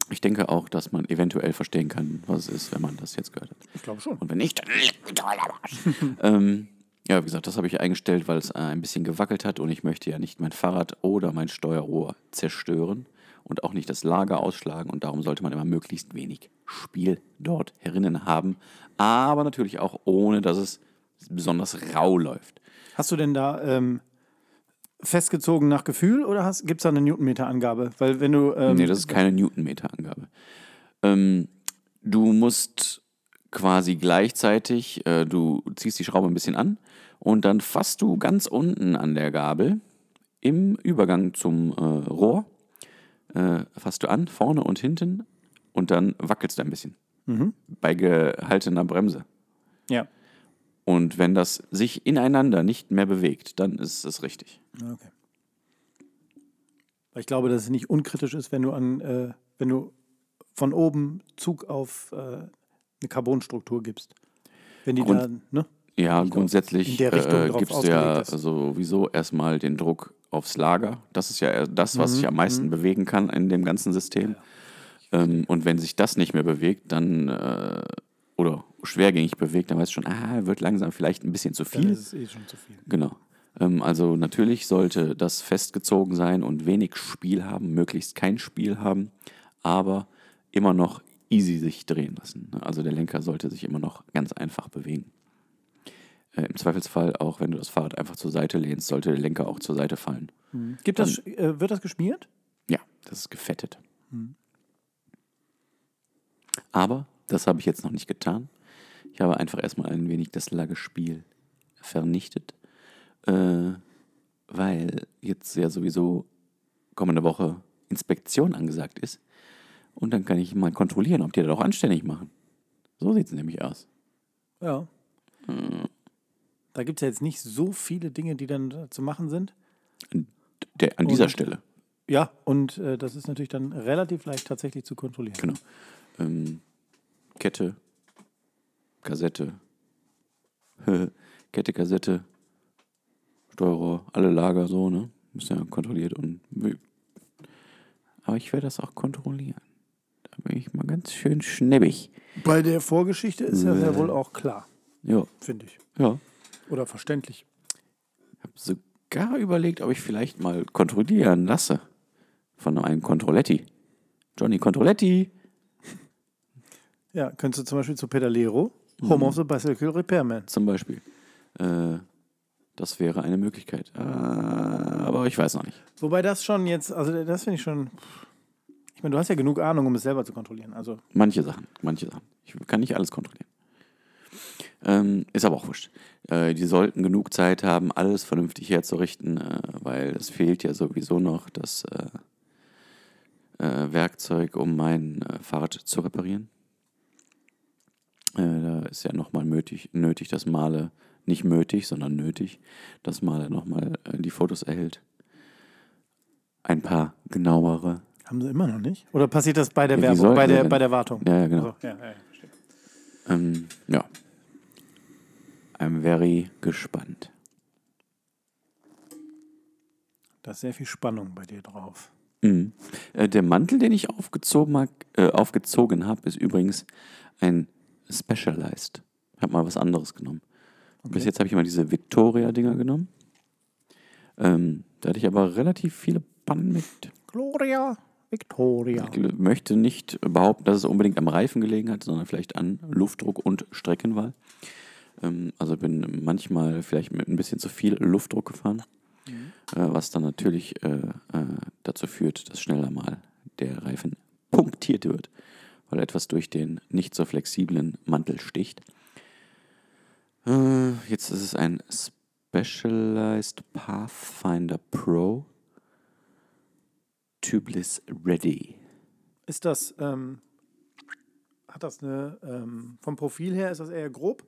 S1: Ich denke auch, dass man eventuell verstehen kann, was es ist, wenn man das jetzt gehört hat.
S2: Ich glaube schon.
S1: Und wenn nicht, dann leck mich doch alle am Arsch. ähm, ja, wie gesagt, das habe ich eingestellt, weil es äh, ein bisschen gewackelt hat und ich möchte ja nicht mein Fahrrad oder mein Steuerrohr zerstören und auch nicht das Lager ausschlagen und darum sollte man immer möglichst wenig Spiel dort herinnen haben, aber natürlich auch ohne, dass es besonders rau läuft.
S2: Hast du denn da ähm, festgezogen nach Gefühl oder gibt es da eine Newtonmeter-Angabe? Weil wenn du. Ähm,
S1: nee, das ist keine Newtonmeter-Angabe. Ähm, du musst quasi gleichzeitig, äh, du ziehst die Schraube ein bisschen an und dann fasst du ganz unten an der Gabel im Übergang zum äh, Rohr, äh, fasst du an, vorne und hinten und dann wackelst du ein bisschen. Bei gehaltener Bremse.
S2: ja.
S1: Und wenn das sich ineinander nicht mehr bewegt, dann ist es richtig.
S2: Ja, Okay. Weil ich glaube, dass es nicht unkritisch ist, wenn du an, äh, wenn du von oben Zug auf äh, eine Carbonstruktur gibst. Wenn die
S1: Grund-
S2: da, ne?
S1: Ja, grundsätzlich
S2: in der Richtung
S1: äh,
S2: drauf
S1: gibst du ja
S2: ausgelegt ist.
S1: sowieso erstmal den Druck aufs Lager. Das ist ja eher das,
S2: Mhm,
S1: was sich am meisten bewegen kann in dem ganzen System. Ähm, und wenn sich das nicht mehr bewegt, dann äh, oder schwergängig bewegt, dann weißt du schon, ah, wird langsam vielleicht ein bisschen zu
S2: Dann
S1: viel.
S2: ist es eh schon zu viel.
S1: Genau. Ähm, also natürlich sollte das festgezogen sein und wenig Spiel haben, möglichst kein Spiel haben, aber immer noch easy sich drehen lassen. ne? Also der Lenker sollte sich immer noch ganz einfach bewegen. Äh, Im Zweifelsfall, auch wenn du das Fahrrad einfach zur Seite lehnst, sollte der Lenker auch zur Seite fallen.
S2: Gibt das, äh, wird das geschmiert?
S1: Ja, das ist gefettet. Aber das habe ich jetzt noch nicht getan. Ich habe einfach erstmal ein wenig das Lagespiel vernichtet, äh, weil jetzt ja sowieso kommende Woche Inspektion angesagt ist. Und dann kann ich mal kontrollieren, ob die das auch anständig machen. So sieht es nämlich aus.
S2: Ja. Hm. Da gibt es ja jetzt nicht so viele Dinge, die dann da zu machen sind.
S1: Der, an dieser
S2: Und-
S1: Stelle.
S2: Ja, und äh, das ist natürlich dann relativ leicht tatsächlich zu kontrollieren.
S1: Genau. Ähm, Kette, Kassette, Kette, Kassette, Steuerrohr, alle Lager so, ne? Ist ja kontrolliert und. Aber ich werde das auch kontrollieren. Da bin ich mal ganz schön schnebbig.
S2: Bei der Vorgeschichte ist das ja wohl auch klar,
S1: Ja,
S2: finde ich.
S1: ja.
S2: Oder verständlich.
S1: Ich habe sogar überlegt, ob ich vielleicht mal kontrollieren lasse. Von einem Controletti. Johnny Controletti.
S2: Ja, könntest du zum Beispiel zu Pedalero, Home of the Bicycle Repairman.
S1: zum Beispiel. Äh, das wäre eine Möglichkeit. Äh, aber ich weiß noch nicht.
S2: Wobei das schon jetzt, also das finde ich schon. Ich meine, du hast ja genug Ahnung, um es selber zu kontrollieren. Also,
S1: Manche Sachen, manche Sachen. Ich kann nicht alles kontrollieren. Ähm, ist aber auch wurscht. Äh, die sollten genug Zeit haben, alles vernünftig herzurichten, äh, weil es fehlt ja sowieso noch das äh, äh, Werkzeug, um mein äh, Fahrrad zu reparieren. Äh, da ist ja nochmal nötig, nötig, dass Male, nicht nötig, sondern nötig, dass Male nochmal äh, die Fotos erhält. Ein paar genauere.
S2: haben sie immer noch nicht? Oder passiert das bei der
S1: Ja, wie
S2: Werbung, bei
S1: sollten sie
S2: der,
S1: denn?
S2: bei der Wartung?
S1: Ja, ja, genau.
S2: Also, ja, ja, ja, verstehe.
S1: Ähm, ja. I'm very gespannt.
S2: da ist sehr viel Spannung bei dir drauf.
S1: Mhm. Äh, der Mantel, den ich aufgezogen, mag- äh, aufgezogen habe, ist übrigens ein Specialized. Ich habe mal was anderes genommen. Bis jetzt habe ich immer diese Victoria-Dinger genommen. Ähm, da hatte ich aber relativ viele Pannen mit.
S2: Gloria, Victoria.
S1: Ich möchte nicht behaupten, dass es unbedingt am Reifen gelegen hat, sondern vielleicht an Luftdruck und Streckenwahl. Ähm, also bin manchmal vielleicht mit ein bisschen zu viel Luftdruck gefahren,
S2: Mhm.
S1: äh, was dann natürlich äh, äh, dazu führt, dass schneller mal der Reifen punktiert wird, weil etwas durch den nicht so flexiblen Mantel sticht. Äh, jetzt ist es ein Specialized Pathfinder Pro. Tubeless Ready.
S2: Ist das, ähm, hat das eine, ähm, vom Profil her ist das eher grob?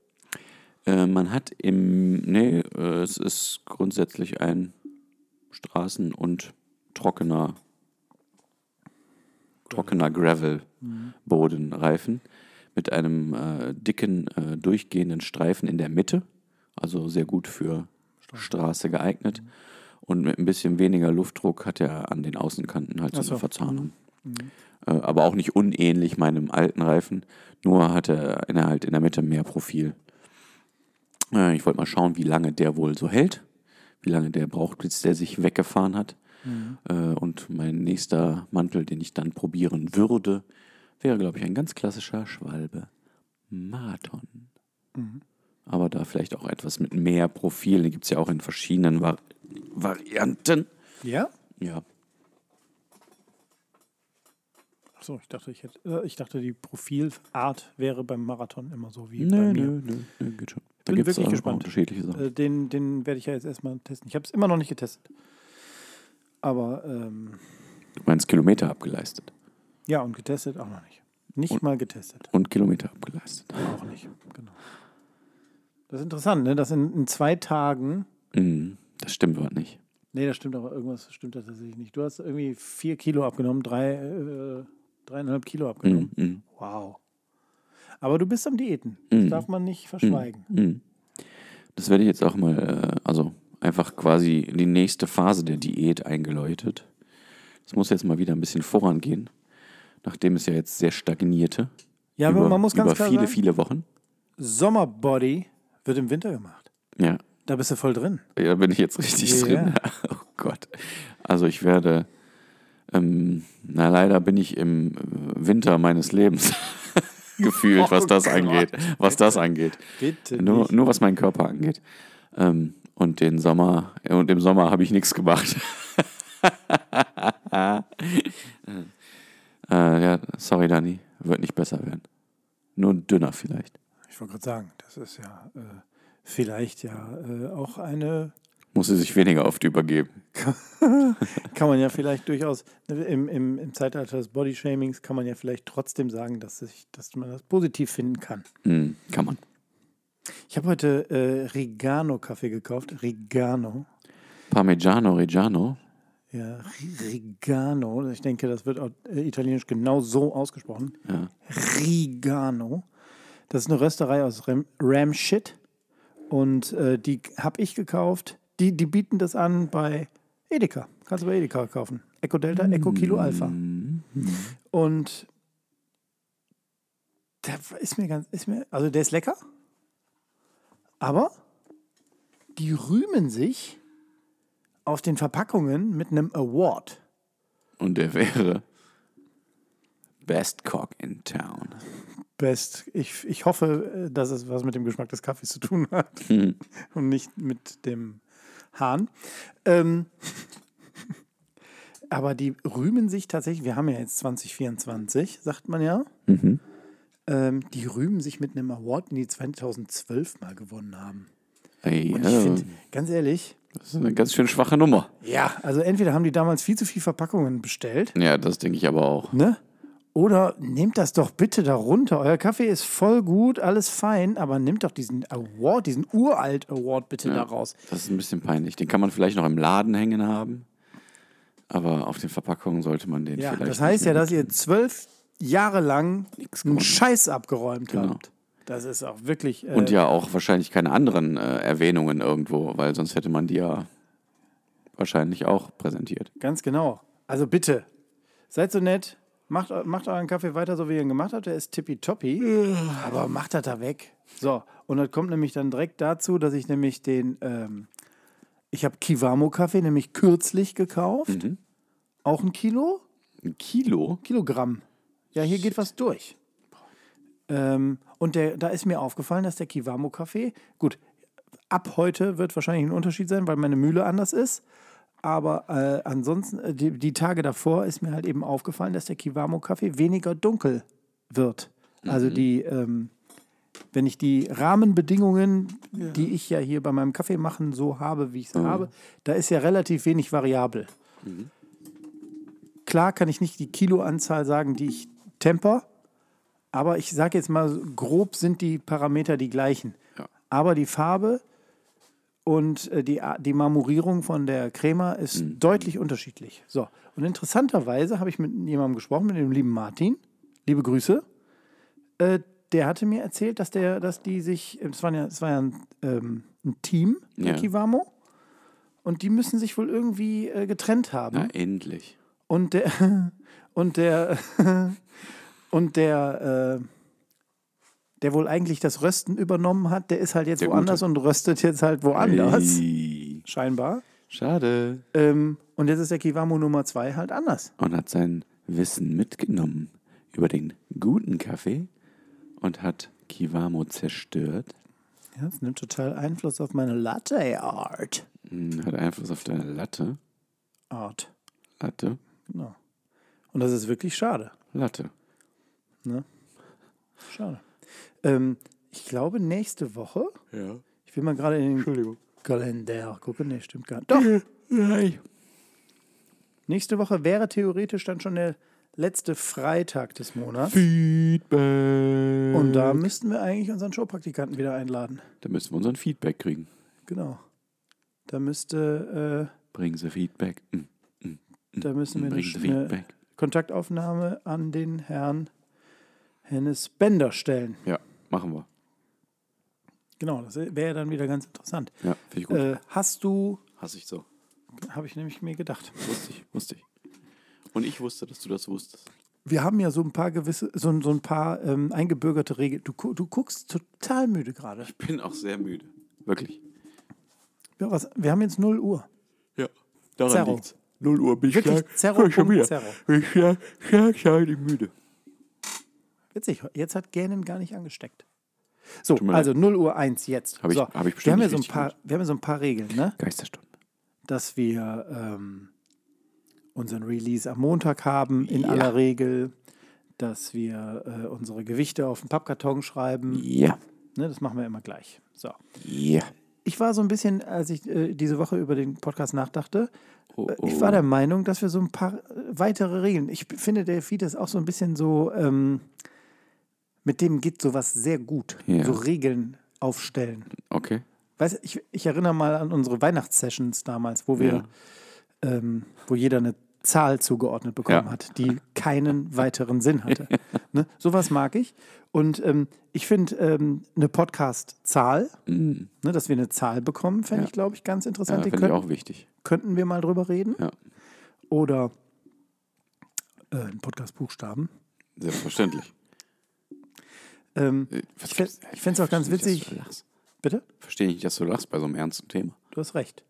S1: Äh, man hat im. Nee, äh, es ist grundsätzlich ein Straßen- und trockener, trockener Gravel-Bodenreifen mit einem äh, dicken, äh, durchgehenden Streifen in der Mitte. Also sehr gut für Straße geeignet. Und mit ein bisschen weniger Luftdruck hat er an den Außenkanten halt so,
S2: so.
S1: eine Verzahnung. Äh, aber auch nicht unähnlich meinem alten Reifen, nur hat er in der, halt in der Mitte mehr Profil. Äh, ich wollte mal schauen, wie lange der wohl so hält, wie lange der braucht, bis der sich weggefahren hat. Äh, und mein nächster Mantel, den ich dann probieren würde, wäre, glaube ich, ein ganz klassischer Schwalbe. Marathon.
S2: Mhm.
S1: Aber da vielleicht auch etwas mit mehr Profil. Den gibt es ja auch in verschiedenen Vari Varianten.
S2: Ja?
S1: Ja.
S2: Achso, ich dachte, ich, hätte, äh, ich dachte, die Profilart wäre beim Marathon immer so wie bei
S1: Nö,
S2: mir.
S1: nö, nö, nö, geht schon. Da
S2: Bin
S1: gibt es
S2: wirklich
S1: auch
S2: gespannt.
S1: unterschiedliche Sachen.
S2: Äh, den den werde ich ja jetzt erstmal testen. Ich habe es immer noch nicht getestet. Aber ähm,
S1: Du meinst Kilometer abgeleistet.
S2: ja, und getestet auch noch nicht. Nicht mal getestet.
S1: Und Kilometer abgeleistet.
S2: Auch nicht. Genau. Das ist interessant, ne? dass in, in zwei Tagen.
S1: Mhm. Das stimmt aber nicht.
S2: Nee, das stimmt aber irgendwas stimmt da tatsächlich nicht. Du hast irgendwie vier Kilo abgenommen, drei, äh, dreieinhalb Kilo abgenommen.
S1: Mhm. Mhm.
S2: Wow. Aber du bist am Diäten. Das darf man nicht verschweigen.
S1: Mhm. Das werde ich jetzt auch mal, äh, also einfach quasi in die nächste Phase der Diät eingeläutet. Das muss jetzt mal wieder ein bisschen vorangehen, nachdem es ja jetzt sehr stagnierte.
S2: Ja, aber
S1: über,
S2: man muss ganz
S1: über
S2: klar
S1: viele,
S2: sagen,
S1: viele Wochen.
S2: Sommerbody wird im Winter gemacht.
S1: Ja,
S2: Da bist du voll drin.
S1: da bin ich jetzt richtig
S2: Ja.
S1: drin. Oh Gott. Also ich werde, ähm, na leider bin ich im äh, Winter meines Lebens gefühlt, was
S2: Oh
S1: das
S2: Gott.
S1: angeht. Was das angeht.
S2: Bitte
S1: Nur,
S2: nicht.
S1: nur was meinen Körper angeht. Ähm, und den Sommer, äh, und im Sommer habe ich nichts gemacht. äh, ja, sorry, Dani. Wird nicht besser werden. Nur dünner vielleicht.
S2: Ich wollte gerade sagen, das ist ja äh, vielleicht ja äh, auch eine,
S1: Muss sie sich weniger oft übergeben.
S2: kann man ja vielleicht durchaus, ne, im, im, im Zeitalter des Bodyshamings kann man ja vielleicht trotzdem sagen, dass, sich, dass man das positiv finden kann.
S1: Hm, kann man.
S2: Ich habe heute äh, Regano-Kaffee gekauft. Regano.
S1: Parmigiano Reggiano.
S2: Ja, Ri- Regano. Ich denke, das wird auch äh, italienisch genau so ausgesprochen.
S1: Ja.
S2: Regano. Das ist eine Rösterei aus Ram Ramshit. Und äh, die habe ich gekauft. Die, die bieten das an bei Edeka. Kannst du bei Edeka kaufen. Eco Delta, Eco Kilo Alpha. Und der ist mir ganz, ist mir, also der ist lecker. Aber die rühmen sich auf den Verpackungen mit einem Award.
S1: Und der wäre Best Cock in Town.
S2: Best. Ich, ich hoffe, äh, dass es was mit dem Geschmack des Kaffees zu tun hat und nicht mit dem Hahn. Ähm, aber die rühmen sich tatsächlich, wir haben ja jetzt 2024, sagt man ja. Ähm, die rühmen sich mit einem Award, den die 2012 mal gewonnen haben.
S1: Ey,
S2: Und ich
S1: also,
S2: finde, ganz ehrlich,
S1: das ist eine ganz schön schwache Nummer.
S2: ja, also entweder haben die damals viel zu viel Verpackungen bestellt
S1: Ja, das denke ich aber auch.
S2: Ne? Oder nehmt das doch bitte darunter. Euer Kaffee ist voll gut, alles fein, aber nehmt doch diesen Award, diesen uralt Award bitte da raus.
S1: Das ist ein bisschen peinlich. Den kann man vielleicht noch im Laden hängen haben, aber auf den Verpackungen sollte man den
S2: Ja,
S1: vielleicht.
S2: das heißt
S1: nicht
S2: ja,
S1: mehr-
S2: dass ihr zwölf Jahre lang einen Scheiß abgeräumt habt. Das ist auch wirklich. Äh,
S1: Genau. Und ja auch wahrscheinlich keine anderen äh, Erwähnungen irgendwo, weil sonst hätte man die ja wahrscheinlich auch präsentiert.
S2: Ganz genau. Also bitte, seid so nett, macht, eu- macht euren Kaffee weiter, so wie ihr ihn gemacht habt. Der ist tippitoppi, aber macht das da weg. So, und das kommt nämlich dann direkt dazu, dass ich nämlich den, ähm, ich habe Kiwamo-Kaffee nämlich kürzlich gekauft. Auch ein Kilo?
S1: Ein Kilo?
S2: Kilogramm. Ja, hier geht was durch. Ähm, und der, da ist mir aufgefallen, dass der Kiwamo-Kaffee, gut, ab heute wird wahrscheinlich ein Unterschied sein, weil meine Mühle anders ist. Aber äh, ansonsten, äh, die, die Tage davor ist mir halt eben aufgefallen, dass der Kiwamo-Kaffee weniger dunkel wird. Also die, ähm, wenn ich die Rahmenbedingungen, die ich ja hier bei meinem Kaffee machen, so habe, wie ich es habe, da ist ja relativ wenig variabel. Klar kann ich nicht die Kiloanzahl sagen, die ich temper, aber ich sage jetzt mal, so grob sind die Parameter die gleichen.
S1: Ja.
S2: Aber die Farbe und äh, die, A- die Marmorierung von der Crema ist
S1: Mhm.
S2: deutlich unterschiedlich. So, und interessanterweise habe ich mit jemandem gesprochen, mit dem lieben Martin. Liebe Grüße. Äh, der hatte mir erzählt, dass, der, dass die sich, es waren ja, es war ja ein, ähm, ein Team, der
S1: Ja.
S2: Kiwamo, und die müssen sich wohl irgendwie äh, getrennt haben.
S1: Na, endlich.
S2: Und der und der und der äh, der wohl eigentlich das Rösten übernommen hat, der ist halt jetzt
S1: Der
S2: woanders und röstet jetzt halt woanders
S1: Ey.
S2: scheinbar.
S1: Schade.
S2: Ähm, und jetzt ist der Kiwamo Nummer 2 halt anders.
S1: Und hat sein Wissen mitgenommen über den guten Kaffee und hat Kiwamo zerstört.
S2: Ja, das nimmt total Einfluss auf meine Latte Art.
S1: Hm, Hat Einfluss auf deine Latte.
S2: Art.
S1: Latte.
S2: Genau. Und das ist wirklich schade.
S1: Latte.
S2: Schade. Ähm, ich glaube, nächste Woche,
S1: Ja.
S2: ich will mal gerade in den
S1: Entschuldigung.
S2: Kalender gucken. Nee, stimmt gar nicht. Doch,
S1: Nein.
S2: nächste Woche wäre theoretisch dann schon der letzte Freitag des Monats.
S1: Feedback.
S2: Und da müssten wir eigentlich unseren Showpraktikanten wieder einladen.
S1: Da müssen wir unseren Feedback kriegen.
S2: Genau. Da müsste,
S1: Bringen Sie Feedback. Hm,
S2: äh, da müssen wir
S1: Bringen
S2: eine,
S1: Sie
S2: eine
S1: Feedback.
S2: Kontaktaufnahme an den Herrn Hennes Bender stellen.
S1: Ja, machen wir.
S2: Genau, das wäre dann wieder ganz interessant.
S1: Ja, finde ich gut.
S2: Äh, hast du,
S1: Hasse ich so.
S2: habe ich nämlich mir gedacht.
S1: Wusste ich, wusste ich. Und ich wusste, dass du das wusstest.
S2: Wir haben ja so ein paar gewisse, so, ein- so ein paar ähm, eingebürgerte Regeln. Du, gu- du guckst total müde gerade.
S1: Ich bin auch sehr müde. Wirklich.
S2: Ja, was- Wir haben jetzt 0 Uhr.
S1: Ja. Daran
S2: Zerro.
S1: liegt's. 0 Uhr bin ich
S2: Wirklich,
S1: stark.
S2: Zerro
S1: Ich schon
S2: um
S1: wieder.
S2: Zerro.
S1: Ich stark, stark, stark müde.
S2: Witzig, jetzt hat Gähnen gar nicht angesteckt. So,
S1: mir
S2: also 0 Uhr 1 jetzt.
S1: Hab ich-
S2: so,
S1: hab ich
S2: wir,
S1: bestimmt
S2: haben ja
S1: nicht
S2: so ein
S1: richtig
S2: paar, wir haben ja so ein paar Regeln, ne?
S1: Geisterstunde.
S2: dass wir ähm, unseren Release am Montag haben, in
S1: Ja.
S2: aller Regel, dass wir äh, unsere Gewichte auf den Pappkarton schreiben.
S1: Ja.
S2: Ne, das machen wir immer gleich. So.
S1: Ja.
S2: Ich war so ein bisschen, als ich äh, diese Woche über den Podcast nachdachte,
S1: Oh,
S2: äh, ich
S1: oh.
S2: war der Meinung, dass wir so ein paar äh, weitere Regeln. Ich b- finde, der Feed ist auch so ein bisschen so, ähm, mit dem geht sowas sehr gut.
S1: Ja.
S2: So Regeln aufstellen.
S1: Okay.
S2: Weißt du, ich, ich erinnere mal an unsere Weihnachtssessions damals, wo wir, ähm, wo jeder eine Zahl zugeordnet bekommen
S1: Ja.
S2: hat, die keinen weiteren Sinn hatte. ne? Sowas mag ich. Und ähm, ich finde ähm, eine Podcast-Zahl, ne, dass wir eine Zahl bekommen, fände
S1: Mm. Ja.
S2: ich, glaube ich, ganz
S1: Ja,
S2: interessant. Die
S1: finde ich
S2: könnten-
S1: auch wichtig.
S2: könnten wir mal drüber reden.
S1: Ja.
S2: Oder äh, ein Podcast-Buchstaben.
S1: Selbstverständlich.
S2: Ähm,
S1: Äh,
S2: Ich fänd- ich fänd's auch ganz
S1: verstehe nicht, dass
S2: witzig.
S1: du lachst.
S2: bitte?
S1: Verstehe nicht, dass du lachst bei so einem ernsten Thema.
S2: Du hast recht.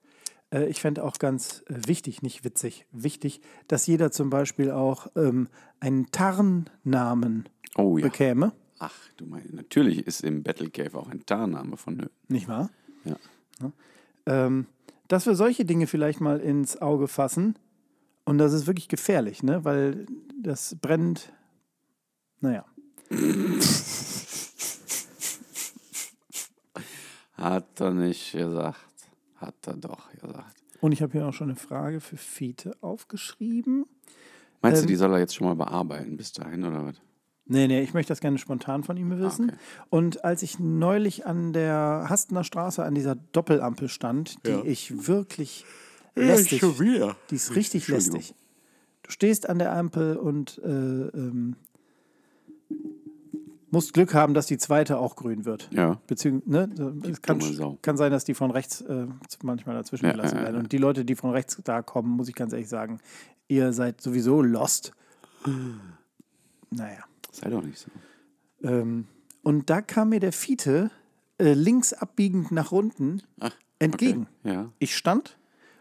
S2: Äh, ich fände auch ganz äh, wichtig, nicht witzig, wichtig, dass jeder zum Beispiel auch ähm, einen Tarnnamen
S1: Oh ja.
S2: bekäme,
S1: Ach, du meinst, natürlich ist im Battle Cave auch ein Tarnname vonnöten.
S2: nicht wahr?
S1: Ja.
S2: Ne? Ähm, dass wir solche Dinge vielleicht mal ins Auge fassen. Und das ist wirklich gefährlich, ne? weil das brennt. Naja.
S1: Hat er nicht gesagt. Hat er doch gesagt.
S2: Und ich habe hier auch schon eine Frage für Fiete aufgeschrieben.
S1: Meinst
S2: Ähm,
S1: du, die soll er jetzt schon mal bearbeiten bis dahin oder was?
S2: Nee, nee, ich möchte das gerne spontan von ihm wissen.
S1: Ah, okay.
S2: Und als ich neulich an der Hastener Straße an dieser Doppelampel stand, die
S1: Ja.
S2: ich wirklich lästig,
S1: wieder.
S2: die ist richtig
S1: Entschuldigung.
S2: lästig. Du stehst an der Ampel und äh, ähm, musst Glück haben, dass die zweite auch grün wird.
S1: Ja.
S2: Beziehungsweise, ne, es kann,
S1: dumme Sau.
S2: kann sein, dass die von rechts äh, manchmal dazwischen
S1: Ja,
S2: gelassen
S1: ja, ja,
S2: werden.
S1: ja.
S2: Und die Leute, die von rechts da kommen, muss ich ganz ehrlich sagen, ihr seid sowieso lost.
S1: Hm.
S2: Naja.
S1: Sei doch nicht so.
S2: Ähm, und da kam mir der Fiete äh, links abbiegend nach unten entgegen.
S1: Okay. Ja.
S2: Ich stand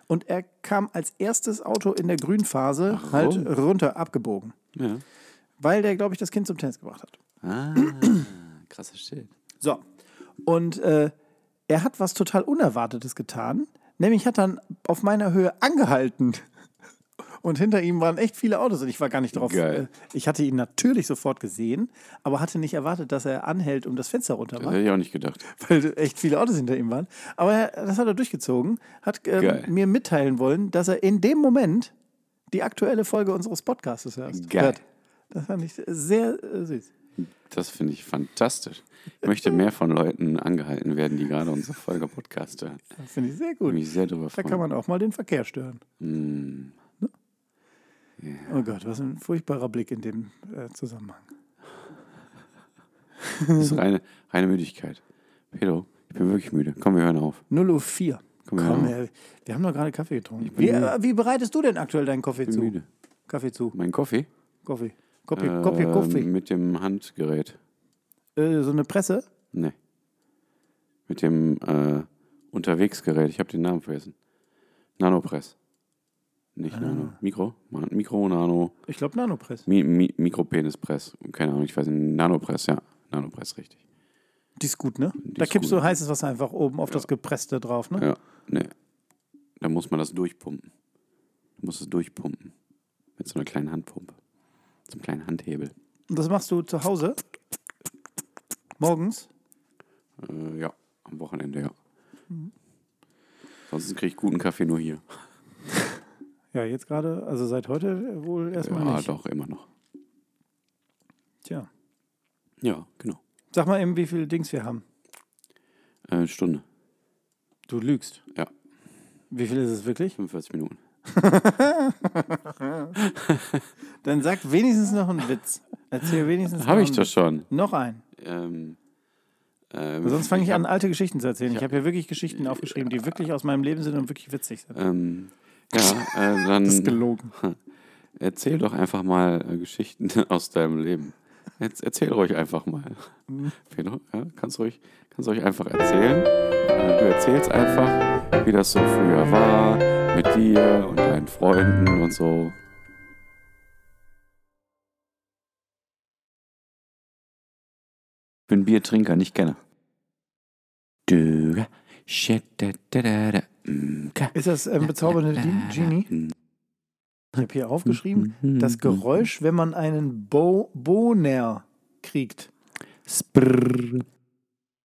S2: und er kam als erstes Auto in der Grünphase
S1: Ach,
S2: halt
S1: warum?
S2: runter, abgebogen.
S1: Ja.
S2: Weil der, glaube ich, das Kind zum Tennis gebracht hat.
S1: Ah, krasser Schild.
S2: So. Und äh, er hat was total Unerwartetes getan. Nämlich hat dann auf meiner Höhe angehalten. Und hinter ihm waren echt viele Autos und ich war gar nicht drauf.
S1: Geil.
S2: äh, Ich hatte ihn natürlich sofort gesehen, aber hatte nicht erwartet, dass er anhält und das Fenster runter
S1: Das
S2: macht.
S1: hätte ich auch nicht gedacht.
S2: weil echt viele Autos hinter ihm waren. Aber er, das hat er durchgezogen, hat ähm,
S1: Geil.
S2: mir mitteilen wollen, dass er in dem Moment die aktuelle Folge unseres Podcasts hörst.
S1: Geil.
S2: hört. Das fand ich sehr äh, süß.
S1: Das finde ich fantastisch. Ich möchte mehr von Leuten angehalten werden, die gerade unsere Folge Podcast hören. Ich
S2: Das finde ich sehr
S1: würde
S2: gut.
S1: mich sehr darüber
S2: Da kann
S1: freuen.
S2: man auch mal den Verkehr stören.
S1: Mm.
S2: Ne? Oh Gott, was ein furchtbarer Blick in dem äh, Zusammenhang.
S1: Das ist reine, reine Müdigkeit. Pedro, ich bin wirklich müde. Komm, wir hören auf.
S2: 0.04
S1: wir
S2: Komm,
S1: hören
S2: her. wir haben doch gerade Kaffee getrunken. Wie, äh, wie bereitest du denn aktuell deinen Kaffee
S1: Ich
S2: zu?
S1: bin müde.
S2: Kaffee zu.
S1: Mein Kaffee?
S2: Kaffee. Kaffee, Kaffee,
S1: Ähm,
S2: Kaffee.
S1: Mit dem Handgerät.
S2: Äh, so eine Presse?
S1: Nee. Mit dem äh, Unterwegsgerät. Ich habe den Namen vergessen. Nanopress. Nicht Nano. Mikro? Man- Mikro, Nano,
S2: Ich glaube Nanopress.
S1: Mi, Mi, Mikropenispress. Keine Ahnung, ich weiß nicht. Nanopress, ja. Nanopress, richtig.
S2: Die ist gut, ne? da
S1: ist
S2: kippst
S1: gut.
S2: du heißes Wasser einfach oben auf das Gepresste drauf, ne?
S1: Ja, ne. Da muss man das durchpumpen. Du musst es durchpumpen. Mit so einer kleinen Handpumpe. So einem kleinen Handhebel.
S2: Und das machst du zu Hause? Morgens?
S1: Äh, ja, am Wochenende, ja. Sonst kriege ich guten Kaffee nur hier.
S2: Ja, jetzt gerade, also seit heute wohl erstmal
S1: Ja,
S2: nicht.
S1: doch, immer noch.
S2: Tja.
S1: Ja, genau.
S2: Sag mal eben, wie viele Dings wir haben.
S1: Äh, Stunde.
S2: Du lügst.
S1: Ja,
S2: Wie viel ist es wirklich?
S1: 45 Minuten.
S2: Dann sag wenigstens noch einen Witz. Erzähl wenigstens
S1: Habe
S2: noch
S1: ich
S2: einen
S1: das schon?
S2: Witz. Noch einen.
S1: Ähm, ähm,
S2: Sonst fange ich
S1: hab-
S2: an, alte Geschichten zu erzählen. Ich habe hier wirklich Geschichten aufgeschrieben, die wirklich aus meinem Leben sind und wirklich witzig sind.
S1: Ähm, ja, äh,
S2: Das ist
S1: dann
S2: gelogen.
S1: erzähl doch einfach mal äh, Geschichten aus deinem Leben. Jetzt erzähl ruhig einfach mal. Pedro, ja, kannst ruhig, kannst ruhig einfach erzählen. Äh, du erzählst einfach, wie das so früher war mit dir und deinen Freunden und so. bin Biertrinker, nicht Kenner. Du, shit, da, da, da, da, mm, ka.
S2: Ist das ähm, bezaubernde Dien- Genie?
S1: Mhm.
S2: Ich habe hier aufgeschrieben,
S1: Hm,
S2: das Geräusch, wenn man einen Bo Bohner kriegt.
S1: Sprrr.